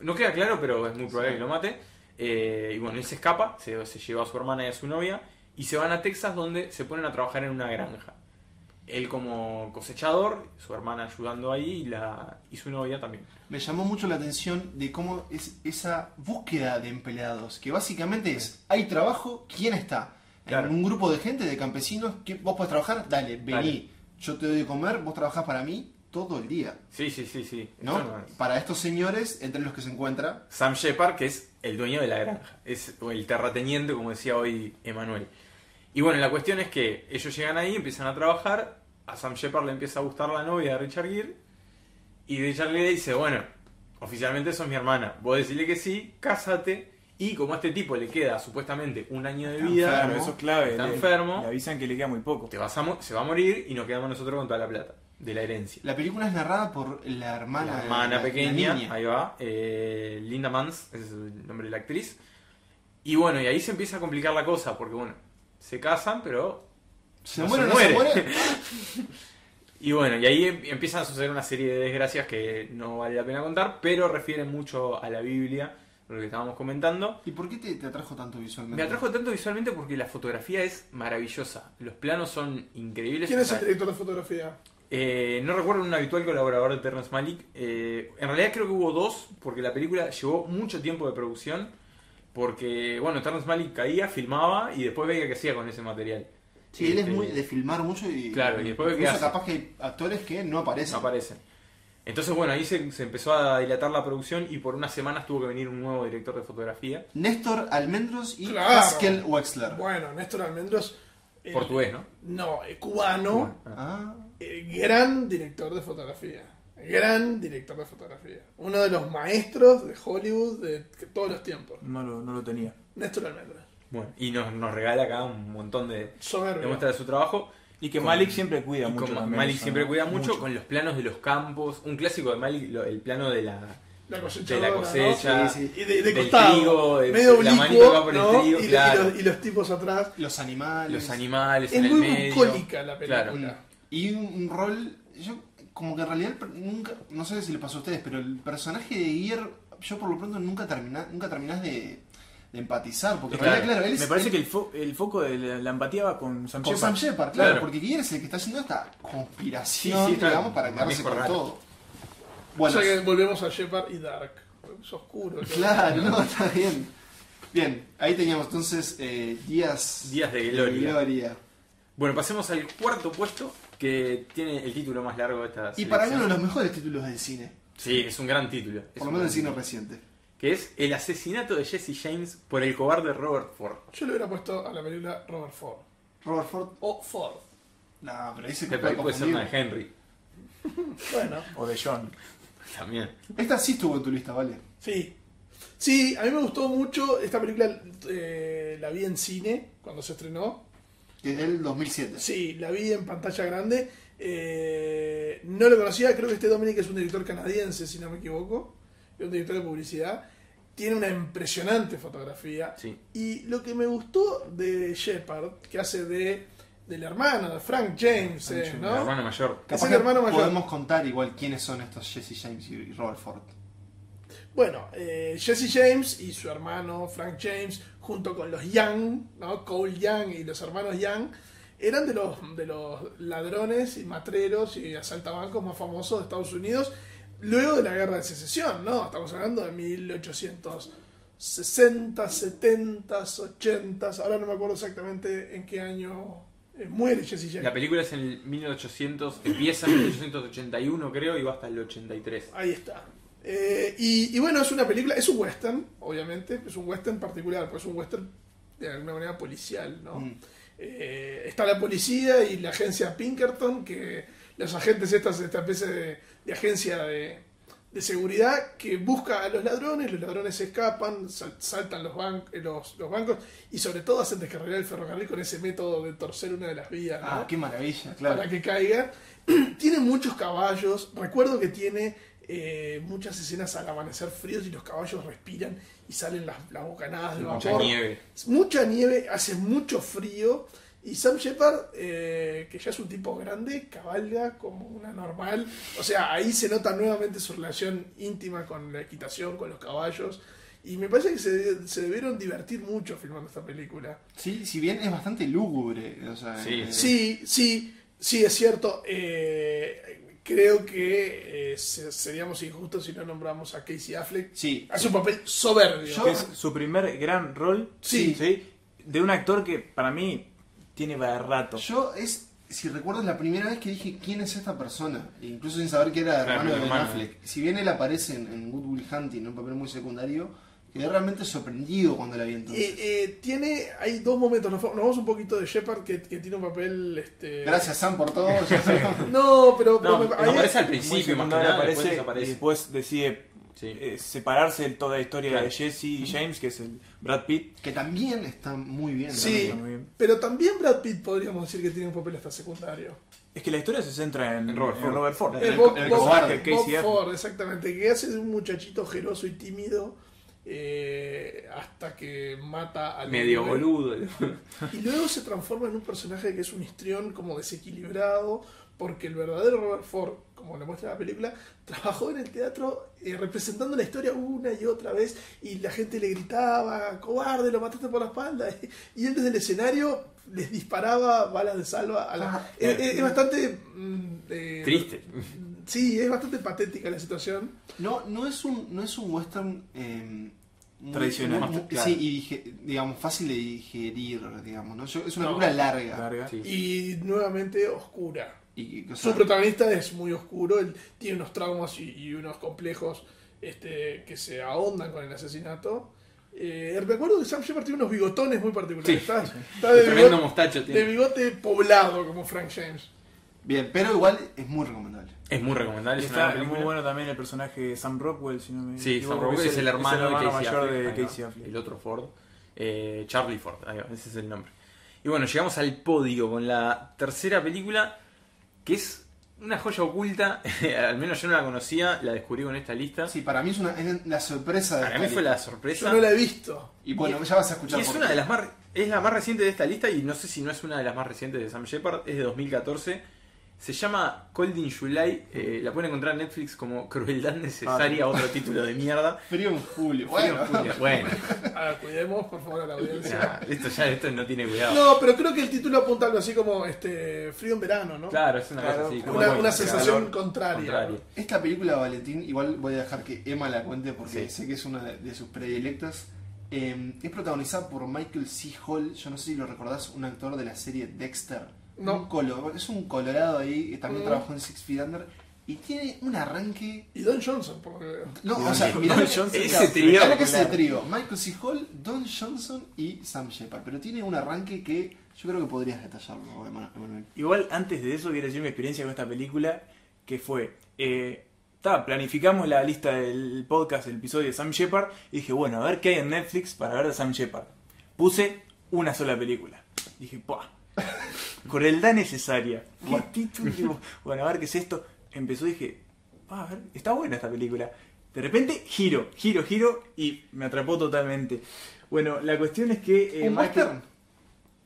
A: No queda claro, pero es muy probable
B: Sí.
A: que lo mate. Eh, y bueno, él se escapa, se, se lleva a su hermana y a su novia, y se van a Texas donde se ponen a trabajar en una granja. Él como cosechador, su hermana ayudando ahí y, la, y su novia también.
B: Me llamó mucho la atención de cómo es esa búsqueda de empleados, que básicamente es, hay trabajo, ¿quién está?
A: Claro.
B: En un grupo de gente, de campesinos, que vos podés trabajar, dale, vení,
A: Dale.
B: yo te doy de comer, vos trabajás para mí todo el día,
A: Sí, sí, sí, sí.
B: ¿no?
A: Eso no es-
B: Para estos señores, entre los que se encuentra,
A: Sam Shepard, que es el dueño de la granja, es o el terrateniente, como decía hoy Emanuel. Y bueno, la cuestión es que ellos llegan ahí, empiezan a trabajar, a Sam Shepard le empieza a gustar la novia de Richard Gere, y Richard Gere dice, bueno, oficialmente sos mi hermana, vos decirle que sí, cásate, y como a este tipo le queda supuestamente un año de
C: Está
A: vida,
C: enfermo, eso es clave.
A: está
C: Le-
A: enfermo.
C: Le avisan que le queda muy poco.
A: te vas a mo- se va a morir y nos quedamos nosotros con toda la plata de la herencia.
B: la película es narrada por la hermana,
A: la
B: de-
A: hermana
B: la- la
A: pequeña,
B: niña.
A: ahí va, eh, Linda Mans, ese es el nombre de la actriz. Y bueno, y ahí se empieza a complicar la cosa, porque bueno, se casan, pero...
B: ¿Se
A: no
B: muere o
A: se
B: no se
A: muere.
B: muere?
A: Y bueno, y ahí em- empiezan a suceder una serie de desgracias que no vale la pena contar, pero refieren mucho a la Biblia, lo que estábamos comentando.
B: ¿Y por qué te, te atrajo tanto visualmente?
A: Me atrajo tanto visualmente porque la fotografía es maravillosa, los planos son increíbles.
D: ¿Quién
A: o
D: es
A: sea,
D: el director de fotografía?
A: Eh, no recuerdo un habitual colaborador de Terrence Malik. Eh, en realidad creo que hubo dos, porque la película llevó mucho tiempo de producción. Porque, bueno, Terrence Malik caía, filmaba y después veía qué hacía con ese material.
B: Sí, él es
A: Este,
B: muy de filmar mucho y...
A: Claro, y después, ¿qué
B: incluso
A: hace?
B: capaz que hay actores que no aparecen.
A: No aparecen. Entonces, bueno, ahí se, se empezó a dilatar la producción y por unas semanas tuvo que venir un nuevo director de fotografía.
B: Néstor Almendros y
D: Claro.
B: Pascal Wexler.
D: Bueno, Néstor Almendros. eh,
A: Portugués, ¿no?
D: No, eh, cubano.
B: Ah,
D: eh, gran director de fotografía. Gran director de fotografía. Uno de los maestros de Hollywood de todos los tiempos.
C: No lo, no lo tenía.
D: Néstor Almendros.
A: Bueno, y nos, nos regala acá un montón de, de
D: Soberbio.
A: muestras de su trabajo.
C: Y que
A: Con-
C: Malik siempre cuida
A: Y
C: mucho.
A: como
C: también,
A: Malik
C: eso,
A: siempre
C: ¿no?
A: cuida mucho, con los planos de los campos. Un clásico de Malik, lo- el plano de la,
D: La
A: de
D: cosechadora,
A: la
D: ¿no?
A: cosecha.
B: Sí, sí.
D: Y de, de
A: Del
D: costado.
A: trigo, de-
D: medio
A: la manito que va
D: oblicuo,
A: por el
D: ¿no?
A: trigo,
D: y, lo- y
A: claro.
D: los, y los tipos atrás.
B: los animales.
A: los animales
D: Es
A: en
D: muy
A: el medio.
D: bucólica la película.
A: Claro.
B: Y un, un rol. Yo, como que en realidad, per- nunca. No sé si les pasó a ustedes, pero el personaje de Gear, yo por lo pronto nunca, terminá, nunca terminás de, de empatizar. Porque en
A: Claro.
B: realidad, claro, él es.
C: Me parece
B: él-
C: que el, fo- el foco de la, la empatía va con Sam
B: con Sam
C: Shepard.
B: Shepard, claro,
A: Claro.
B: porque Gear es el que está haciendo esta conspiración,
A: Sí, sí, está
B: digamos, para quedarse
A: manejo
B: con
A: raro.
B: todo. Bueno,
D: o sea que volvemos a Shepard y Dark. Es oscuro. ¿no?
B: claro, no, está bien. Bien, ahí teníamos entonces eh, Días,
A: Días de gloria. Bueno, pasemos al cuarto puesto que tiene el título más largo de esta
B: Y para mí uno de
A: selección.
B: los mejores títulos del cine,
A: Sí, es un gran título. Es
B: por lo
A: un
B: menos del
A: gran
B: cine
A: título.
B: reciente.
A: Que es El asesinato de Jesse James por el cobarde Robert Ford.
D: Yo le hubiera puesto a la película Robert Ford.
B: Robert Ford.
D: O Ford.
B: No, pero ahí se
A: Este Pero ahí puede ser una de Henry.
D: Bueno.
C: O de John.
A: También.
B: Esta sí estuvo en tu lista, ¿vale?
D: Sí. Sí, a mí me gustó mucho esta película, eh, la vi en cine cuando se estrenó.
B: Que es del 2007.
D: Sí, la vi en pantalla grande. Eh, no lo conocía, creo que este Dominic es un director canadiense, si no me equivoco. Es un director de publicidad. Tiene una impresionante fotografía.
A: Sí.
D: Y lo que me gustó de Shepard, que hace de del hermano, de Frank James,
B: Frank
D: eh,
B: James,
A: El
D: ¿no?
A: hermano mayor.
D: Es el hermano mayor.
B: Podemos contar igual quiénes son estos Jesse James y Robert Ford.
D: Bueno, eh, Jesse James y su hermano Frank James, junto con los Young, ¿no? Cole Young y los hermanos Young, eran de los, de los ladrones y matreros y asaltabancos más famosos de Estados Unidos luego de la guerra de secesión, ¿no? Estamos hablando de 1860, 70, 80, ahora no me acuerdo exactamente en qué año eh, muere Jesse James.
A: La película es en el eh, 1800, empieza en 1881 creo y va hasta el 83.
D: Ahí está. Eh, y, y bueno, es una película, es un western, obviamente, es un western particular, pues es un western de alguna manera policial, ¿no?
B: Mm.
D: Eh, está la policía y la agencia Pinkerton, que los agentes estas, esta especie de, de agencia de, de seguridad que busca a los ladrones, los ladrones se escapan, sal- saltan los, ban- eh, los, los bancos y sobre todo hacen descarrilar el ferrocarril con ese método de torcer una de las vías, ¿no?
B: Ah, qué maravilla, claro.
D: para que caiga. tiene muchos caballos. Recuerdo que tiene eh, muchas escenas al amanecer fríos y los caballos respiran y salen las, las bocanadas de
A: Mucha
D: vapor.
A: nieve.
D: Mucha nieve, hace mucho frío. Y Sam Shepard, eh, que ya es un tipo grande, cabalga como una normal. O sea, ahí se nota nuevamente su relación íntima con la equitación, con los caballos. Y me parece que se, se debieron divertir mucho filmando esta película.
B: Sí, si bien es bastante lúgubre. O sea,
A: Sí.
B: eh,
D: Sí, sí, sí, es cierto. Eh, creo que eh, se- seríamos injustos si no nombramos a Casey Affleck.
B: sí.
D: Hace un papel soberbio.
B: Yo-
C: Que es su primer gran rol.
D: Sí.
C: De un actor que para mí tiene para rato.
B: Yo es, si recuerdas, la primera vez que dije quién es esta persona, e incluso sin saber que era hermano de Ben
A: hermano.
B: Affleck. Si bien él aparece en, en Good Will Hunting, en un papel muy secundario, quedé realmente sorprendido cuando la vi entonces.
D: Eh, eh, tiene, hay dos momentos. Nos, fa- nos vamos un poquito de Shepard que, que tiene un papel. Este...
B: Gracias, Sam, por todo. ya sé.
D: No, pero.
C: No,
D: pero me-
C: no
D: ahí-
A: aparece al
C: Muy
A: principio, más que
C: secundario
A: nada, después
C: aparece,
A: desaparece.
C: y después decide
A: Sí.
C: eh, separarse de toda la historia
A: Claro.
C: de Jesse y James, que es el Brad Pitt.
B: que también está muy bien.
D: Sí.
C: Está muy bien.
D: Pero también Brad Pitt podríamos decir que tiene un papel hasta secundario.
C: Es que la historia se centra en,
A: En Robert
C: en
A: Ford.
C: Robert Ford.
B: El
D: Eh, Bob,
B: el
D: Bob-
B: cobarde,
D: Bob
C: Casey Affleck.
D: Ford, exactamente, que hace de un muchachito geloso y tímido eh, hasta que mata al
A: Medio
D: hombre.
A: boludo.
D: Y luego se transforma en un personaje que es un histrión como desequilibrado, porque el verdadero Robert Ford, como lo muestra la película, trabajó en el teatro eh, representando la historia una y otra vez, y la gente le gritaba, cobarde, lo mataste por la espalda, y él desde el escenario les disparaba balas de salva. A la...
B: Ah,
D: es, es- es bastante... mm, eh,
A: Triste.
D: Sí, es bastante patética la situación.
B: No, no es un, no es un western eh, muy-
C: Tradicional.
B: muy- muy-
A: Claro.
B: sí, y dije- digamos, fácil de digerir, digamos, ¿no? Yo- es una
D: No.
B: película larga.
C: Larga.
A: Sí.
D: Y nuevamente oscura.
B: Y, o sea,
D: Su protagonista es muy oscuro, él tiene unos traumas y, y unos complejos este, que se ahondan con el asesinato. Eh, recuerdo que Sam Shepard tiene unos bigotones muy particulares.
A: Sí.
D: Está, está de,
A: Tremendo
D: bigote,
A: mostacho
D: de
A: tiene.
D: bigote poblado como Frank James.
B: bien, pero igual es muy recomendable.
A: Es muy recomendable.
C: Y
A: es una
C: está
A: gran
C: muy
A: película.
C: bueno también el personaje de Sam Rockwell, si no me
A: Sí,
C: equivoco,
A: Sam
C: que
A: Rockwell es el hermano, de Casey
C: mayor
A: Affleck, ahí
C: de
A: va,
C: Casey Affleck.
A: El otro Ford. Eh, Charlie Ford, ahí va, ese es el nombre. Y bueno, llegamos al podio con la tercera película, que es una joya oculta. al menos yo no la conocía, la descubrí con esta lista.
B: Sí, para mí es, una, es la sorpresa de
A: Para
B: esta
A: mí fue la
B: lista.
D: Yo
A: sorpresa.
D: no la he visto.
B: Y bueno, ya vas a escuchar
A: Y es
B: por
A: una
B: qué.
A: de las más re- es la más reciente de esta lista y no sé si no es una de las más recientes de Sam Shepard, es de 2014. Se llama Cold in July, eh, la pueden encontrar en Netflix como Crueldad Necesaria, otro título de mierda.
B: Frío en julio. Bueno,
A: Bueno,
D: Ah, cuidemos por favor a la audiencia.
A: nah, esto ya esto no tiene cuidado.
D: No, pero creo que el título apunta algo así como este, frío en verano, ¿no?
A: Claro, es una
C: Claro,
A: cosa así.
C: una-
A: como
D: Una,
A: muy
D: una
C: calor
D: sensación contraria.
A: contraria.
B: esta película, Valentín, igual voy a dejar que Emma la cuente porque
A: Sí.
B: sé que es una de, de sus predilectas. Eh, es protagonizada por Michael C. Hall. Yo no sé si lo recordás, un actor de la serie Dexter.
D: No.
B: Un colo- es un colorado ahí que también
D: Mm.
B: trabajó en Six Feet Under. Y tiene un arranque.
D: Y Don Johnson, por lo que veo.
B: No, o sea, mirá,
C: Don Johnson,
B: mirá
A: ese trío.
B: lo que es ese trío. Michael C. Hall, Don Johnson y Sam Shepard. Pero tiene un arranque que yo creo que podrías detallarlo, Emma- Emanuel.
C: Igual antes de eso quiero decir mi experiencia con esta película, que fue, eh, ta, planificamos la lista del podcast, el episodio de Sam Shepard, y dije, bueno, a ver qué hay en Netflix para ver de Sam Shepard. Puse una sola película. Dije, ¡pua! Crueldad necesaria. ¿Qué título? Bueno, a ver qué es esto. Empezó y dije, "Pa, a ver, está buena esta película. De repente, giro, giro, giro, y me atrapó totalmente. Bueno, la cuestión es que... eh,
B: ¿Un
C: más que-
B: western?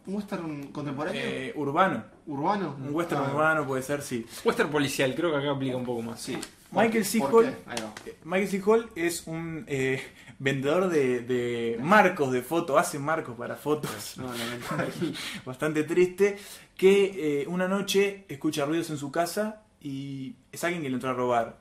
B: ¿Un western contemporáneo?
C: eh, urbano.
B: ¿Urbano?
C: Un western
B: Ah,
C: urbano puede ser, sí.
A: Western policial, creo que acá aplica un poco más.
B: Sí.
C: Michael
B: ¿Por
C: C.
B: qué?
C: Hall-
B: Ahí va.
C: Michael C. Hall es un eh, vendedor de, de marcos de fotos, hace marcos para fotos,
B: No, lamentable.
C: bastante triste, que eh, una noche escucha ruidos en su casa y es alguien que le entró a robar.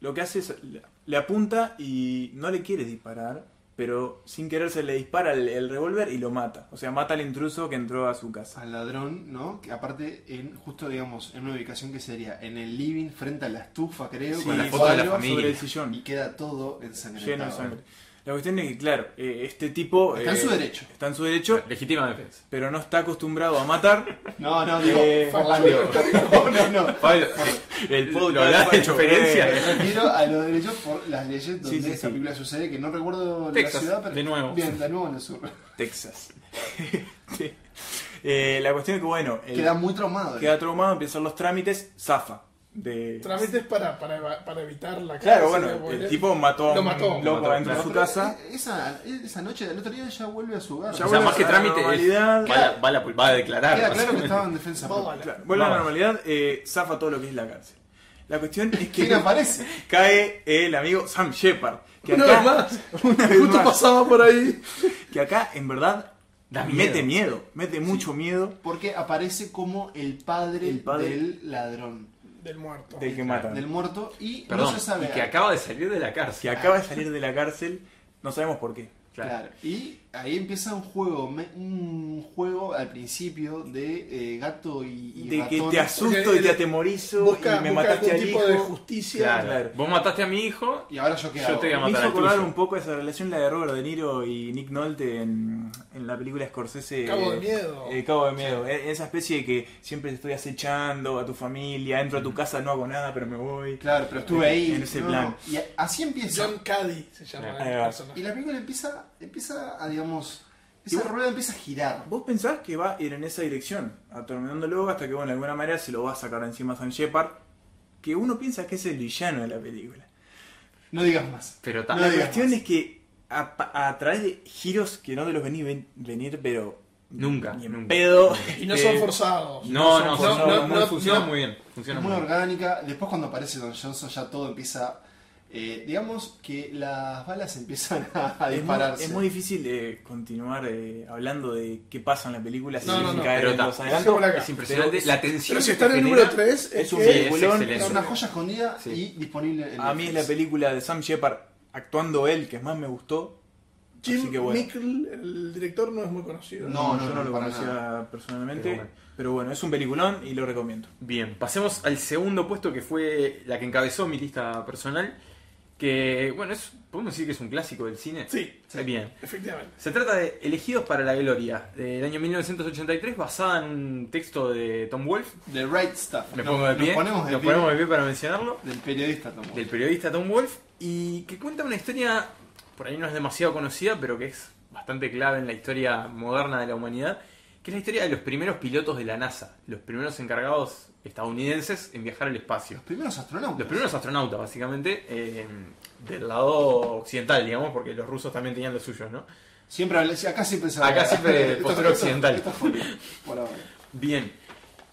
C: Lo que hace es, le- le apunta y no le quiere disparar, pero sin querer se le dispara el, el revólver y lo mata. O sea, mata al intruso que entró a su casa.
B: al ladrón, ¿no? Que aparte, en, justo digamos, en una ubicación que sería en el living frente a la estufa, creo,
C: Sí,
B: con la
A: foto
B: foto
A: de la familia.
C: sobre el sillón.
B: y queda todo
C: lleno
B: ensangrentado.
C: de sangre. La cuestión es que, claro, eh, este tipo...
B: Está en
C: eh,
B: su derecho.
C: Está en su derecho,
A: Legítima defensa.
C: pero no está acostumbrado a matar.
B: No, no, digo,
C: Eh,
B: por las lesiones. No, no, no.
A: Pablo, el
C: podcast
A: lo hablas de
C: hecho,
A: experiencia.
B: Me refiero a los derechos por las leyes donde
C: Sí, sí,
B: esta
C: sí.
B: película sucede, que no recuerdo
A: Texas,
B: la ciudad, pero...
A: de nuevo.
B: Bien, de nuevo en el sur.
C: Texas. Sí. Eh, la cuestión es que, bueno, él
B: Queda muy traumado. ¿eh?
C: queda traumado, empiezan los trámites, zafa. De...
D: Trámites para, para, eva- para evitar la
C: Claro,
D: cárcel,
C: bueno,
D: porque-
C: el tipo mató a
D: Lo
C: un
D: mató.
C: loco
A: Mató,
C: dentro de
B: Pero
C: su
B: pero e-,
C: casa.
B: Esa, esa noche, el otro día ya vuelve a su hogar.
C: Ya
A: O sea,
C: vuelve
A: más que
C: a la
A: trámite es-
C: normalidad.
A: Va, la- va la- va a declarar.
B: Queda claro que estaba en defensa propia.
D: Vámonos.
C: Claro, vuelve a la
A: Vamos.
C: normalidad, eh, zafa todo lo que es la cárcel. La cuestión es que
B: ¿Quién aparece?
C: cae el amigo Sam Shepard. Que
D: Una
C: acá,
D: vez más,
C: Una vez
D: justo
C: más.
D: pasaba por ahí.
C: que acá, en verdad,
A: Da
C: mete
A: miedo.
C: miedo, mete mucho miedo
B: Porque aparece como el padre,
C: El padre.
B: del ladrón,
D: Del muerto.
C: del que matan.
B: del muerto, y
A: Perdón,
B: no se sabe.
A: y que acaba de salir de la
C: que
A: cárcel.
C: acaba de salir de la cárcel, no sabemos por qué.
A: Claro.
B: Claro, Y ahí empieza un juego, me- un juego al principio de eh, gato y, y
C: De que
B: ratón.
C: te asusto
D: Porque
C: y te
D: él
C: atemorizo
D: Busca,
C: y me
D: busca
C: mataste
D: algún
C: al
D: tipo
C: hijo.
D: de justicia.
A: Claro.
C: Claro.
A: Vos mataste a mi hijo.
B: Y ahora yo qué
A: Yo
B: hago?
A: te voy a
C: Me hizo
A: matar al
C: acordar
A: tuyo.
C: un poco esa relación la de Robert De Niro y Nick Nolte en, en la película Scorsese.
D: Cabo de
C: eh,
D: miedo.
C: eh, Cabo de Miedo. E- Esa especie de que siempre te estoy acechando a tu familia, entro a tu casa, no hago nada, pero me voy.
B: Claro, pero estuve ahí.
C: En ese
B: no,
C: plan.
B: no, Y a- así empieza.
D: John Caddy se llama
A: Ahí
D: el
C: va.
D: personaje.
B: Y la película empieza, empieza a, digamos,
C: Y
B: esa
C: vos-
B: rueda empieza a girar.
C: Vos pensás que va a ir en esa dirección, atormentándolo hasta que, bueno, de alguna manera se lo va a sacar encima a Sam Shepard, que uno piensa que es el villano de la película.
B: No digas más.
A: Pero
B: No
A: ta-
C: La
B: digas
C: cuestión
B: más.
C: es que a, pa- a través de giros que no te los venís ven- venir, pero
A: Nunca,
C: ni en
A: nunca.
C: pedo.
D: Y no
C: eh,
D: son forzados.
A: No, no,
C: No, no,
A: no,
D: no,
A: no,
D: no,
A: funciona
D: no.
A: muy bien. Funciona
B: es muy
A: muy bien.
B: orgánica. Después cuando aparece Don Johnson ya todo empieza... eh, digamos que las balas empiezan a, a
C: es muy-
B: dispararse.
C: Es muy difícil eh, continuar eh, hablando de qué pasa en la película
D: No,
C: sin
D: no, no.
C: caer
A: Pero
C: en
A: ta-
C: los adelantos.
D: Dejémosla acá.
A: Es impresionante
C: Pero-
A: la tensión.
D: Pero si
A: que
D: está en el
A: genera-
D: número 3,
C: es
D: es
C: un
D: que-
A: Sí, es
C: peliculón.
B: Es
A: excelente.
B: una joya escondida
A: Sí.
B: y disponible en
C: A mí es la
B: Netflix.
C: película de Sam Shepard actuando él que más me gustó. Así
D: Jim
C: que bueno.
D: Mickle, el director, no es muy conocido.
B: No.
C: yo no lo
B: para
C: conocía
B: nada.
C: personalmente.
A: Pero
C: Pero bueno.
A: bueno.
C: es un peliculón y lo recomiendo.
A: Bien, pasemos al segundo puesto que fue la que encabezó mi lista personal. Que, bueno, es, podemos decir que es un clásico del cine.
D: Sí,
A: Está bien.
D: efectivamente.
A: Se trata de Elegidos para la Gloria, del año 1983, basada en un texto de Tom Wolfe.
B: The Right Stuff.
A: Me
B: No,
A: pongo de pie.
B: Nos ponemos de
A: nos
B: pie
A: ponemos de pie para mencionarlo.
B: del periodista Tom Wolfe.
A: del periodista Tom Wolfe y que cuenta una historia, por ahí no es demasiado conocida, pero que es bastante clave en la historia moderna de la humanidad, que es la historia de los primeros pilotos de la NASA, los primeros encargados estadounidenses en viajar al espacio.
B: Los primeros astronautas.
A: Los primeros astronautas, básicamente, eh, del lado occidental, digamos, porque los rusos también tenían los suyos, ¿no?
B: Siempre hablé- acá siempre se habla-
A: Acá siempre
B: Esto-
A: postura
B: esto-
A: occidental.
B: esto fue por ahora.
A: Bien.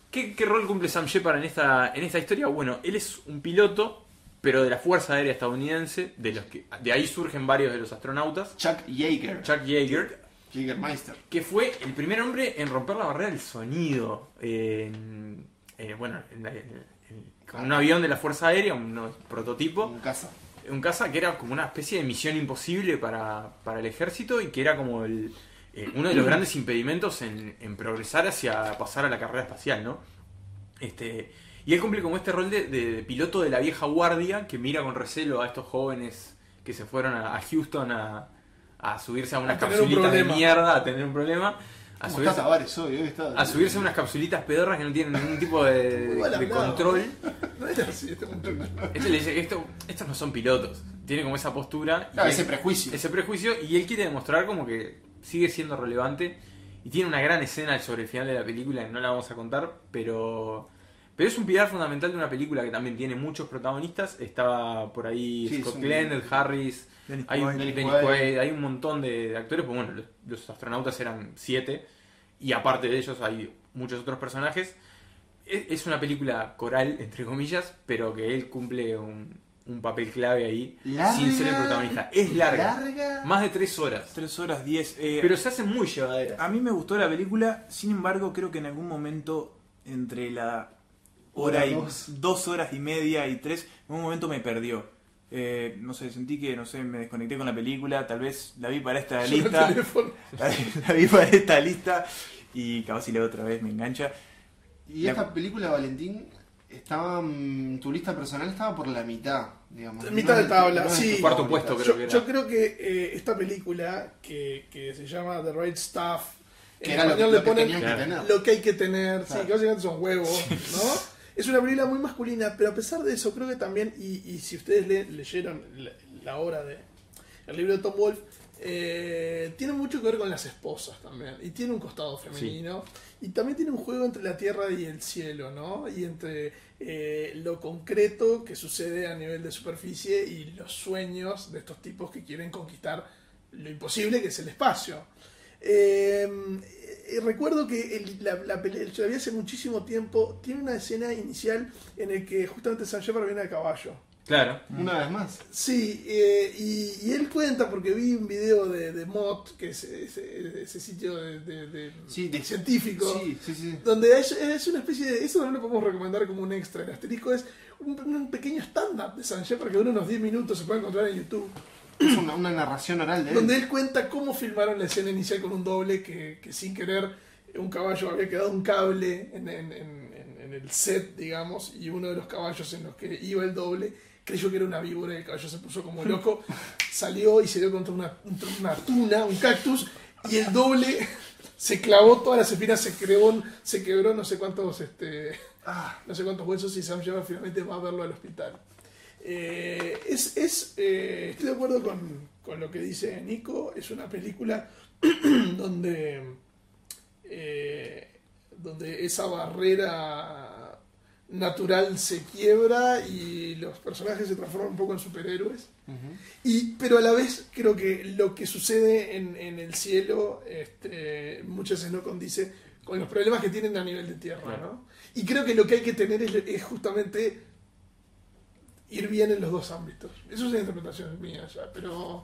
A: ¿Qué, qué rol cumple Sam Shepard en esta, en esta historia? Bueno, él es un piloto, pero de la Fuerza Aérea Estadounidense, de los que de ahí surgen varios de los astronautas.
B: Chuck Yeager.
A: Chuck Yeager,
B: Yeagermeister.
A: que fue el primer hombre en romper la barrera del sonido. en- eh, bueno, en la- en- en- con un avión de la Fuerza Aérea, un, no- prototipo,
B: En casa.
A: un caza que era como una especie de misión imposible para, para el ejército y que era como el, eh, uno de los grandes impedimentos en, en progresar hacia pasar a la carrera espacial, ¿no? Este, y él cumple como este rol de, de- de piloto de la vieja guardia que mira con recelo a estos jóvenes que se fueron a, a Houston a, a subirse a unas
D: tener un
A: capsulitas de
D: problema.
A: mierda, a tener un problema, a
B: ¿Cómo está
A: subirse,
B: Tavares hoy? Hoy está-
A: a subirse a unas capsulitas pedorras que no tienen ningún tipo de,
D: Muy mal
A: de
D: hablado.
A: control.
D: No era así este muchacho.
A: Este le dice, esto, estos no son pilotos. Tiene como esa postura. y
B: Claro, ese
A: él-
B: prejuicio.
A: ese prejuicio y él quiere demostrar como que sigue siendo relevante y tiene una gran escena sobre el final de la película que no la vamos a contar, pero pero es un pilar fundamental de una película que también tiene muchos protagonistas, está por ahí
B: Sí, es
A: Scott
B: un-
A: Glenn, Ed Harris,
C: Dennis
A: hay un,
C: Quaid.
B: Dennis
A: Dennis
B: Quaid.
A: Quaid, hay un montón de, de actores, pues bueno, los, los astronautas eran siete y aparte de ellos hay muchos otros personajes. Es, es una película coral, entre comillas, pero que él cumple un, un papel clave ahí sin ser el
B: Larga,
A: protagonista. Es larga.
B: Larga.
A: Más de tres horas.
C: 3 horas 10. eh,
A: Pero se hace muy llevadera.
C: A mí me gustó la película, sin embargo, creo que en algún momento entre la hora
B: Hora
C: y
B: dos.
C: dos horas y media y tres, en un momento me perdió. Eh, no sé, sentí que, no sé, me desconecté con la película, tal vez la vi para esta
D: Yo no
C: lista,
D: teléfono.
C: la vi para esta lista y capaz si la veo otra vez me engancha.
B: Y esta película, Valentín, estaba. mm, tu lista personal estaba por la mitad, digamos.
D: En mitad de
B: es-
D: tabla,
B: es
D: sí.
B: tu
A: Cuarto
B: favorita.
A: puesto, creo
D: Yo,
A: que era.
D: yo creo que eh, esta película, que, que se llama The Right Stuff,
B: Que
D: en
B: era lo,
D: español
B: lo
D: le
B: que
D: ponen
B: tenían
A: Claro.
B: que tener.
D: lo que hay que tener, sí,
B: Claro.
D: que básicamente son huevos, ¿no? Es una película muy masculina, pero a pesar de eso, creo que también, y, y si ustedes le- leyeron la, la obra de el libro de Tom Wolf, eh, tiene mucho que ver con las esposas también, y tiene un costado femenino, y también tiene un juego entre la tierra y el cielo, ¿no? Y entre eh, lo concreto que sucede a nivel de superficie y los sueños de estos tipos que quieren conquistar lo imposible que es el espacio. Eh, eh, recuerdo que el- la, la pelea, yo la vi hace muchísimo tiempo, tiene una escena inicial en el que justamente San Shepard viene a caballo.
A: Claro.
B: Una vez más.
D: Sí, eh, y, y él cuenta, porque vi un video de, de Mott, que es ese, ese sitio de, de- de-
B: Sí, de-
D: científico,
B: Sí, sí, sí.
D: donde es, es una especie de. Eso también lo podemos recomendar como un extra. El asterisco es un, un pequeño stand-up de San Shepard que dura unos 10 minutos, se puede encontrar en YouTube.
B: Es una, una narración oral de él.
D: Donde él cuenta cómo filmaron la escena inicial con un doble que, que sin querer un caballo había quedado un cable en, en- en- en- en el set, digamos, y uno de los caballos en los que iba el doble creyó que era una víbora y el caballo se puso como loco, salió y se dio contra una, contra una tuna, un cactus, y el doble se clavó todas las espinas, se, creó, se quebró no sé cuántos este,
B: Ah,
D: no sé cuántos huesos y Sam Shepard finalmente va a verlo al hospital. Eh, es, es, eh, estoy de acuerdo con, con lo que dice Nico, es una película donde, eh, donde esa barrera natural se quiebra y los personajes se transforman un poco en superhéroes.
B: ujú.
D: Y, pero a la vez creo que lo que sucede en, en el cielo este, muchas veces no condice con los problemas que tienen a nivel de tierra,
A: Claro.
D: ¿no? Y creo que lo que hay que tener es, es justamente ir bien en los dos ámbitos. Eso es una interpretación mía ya, pero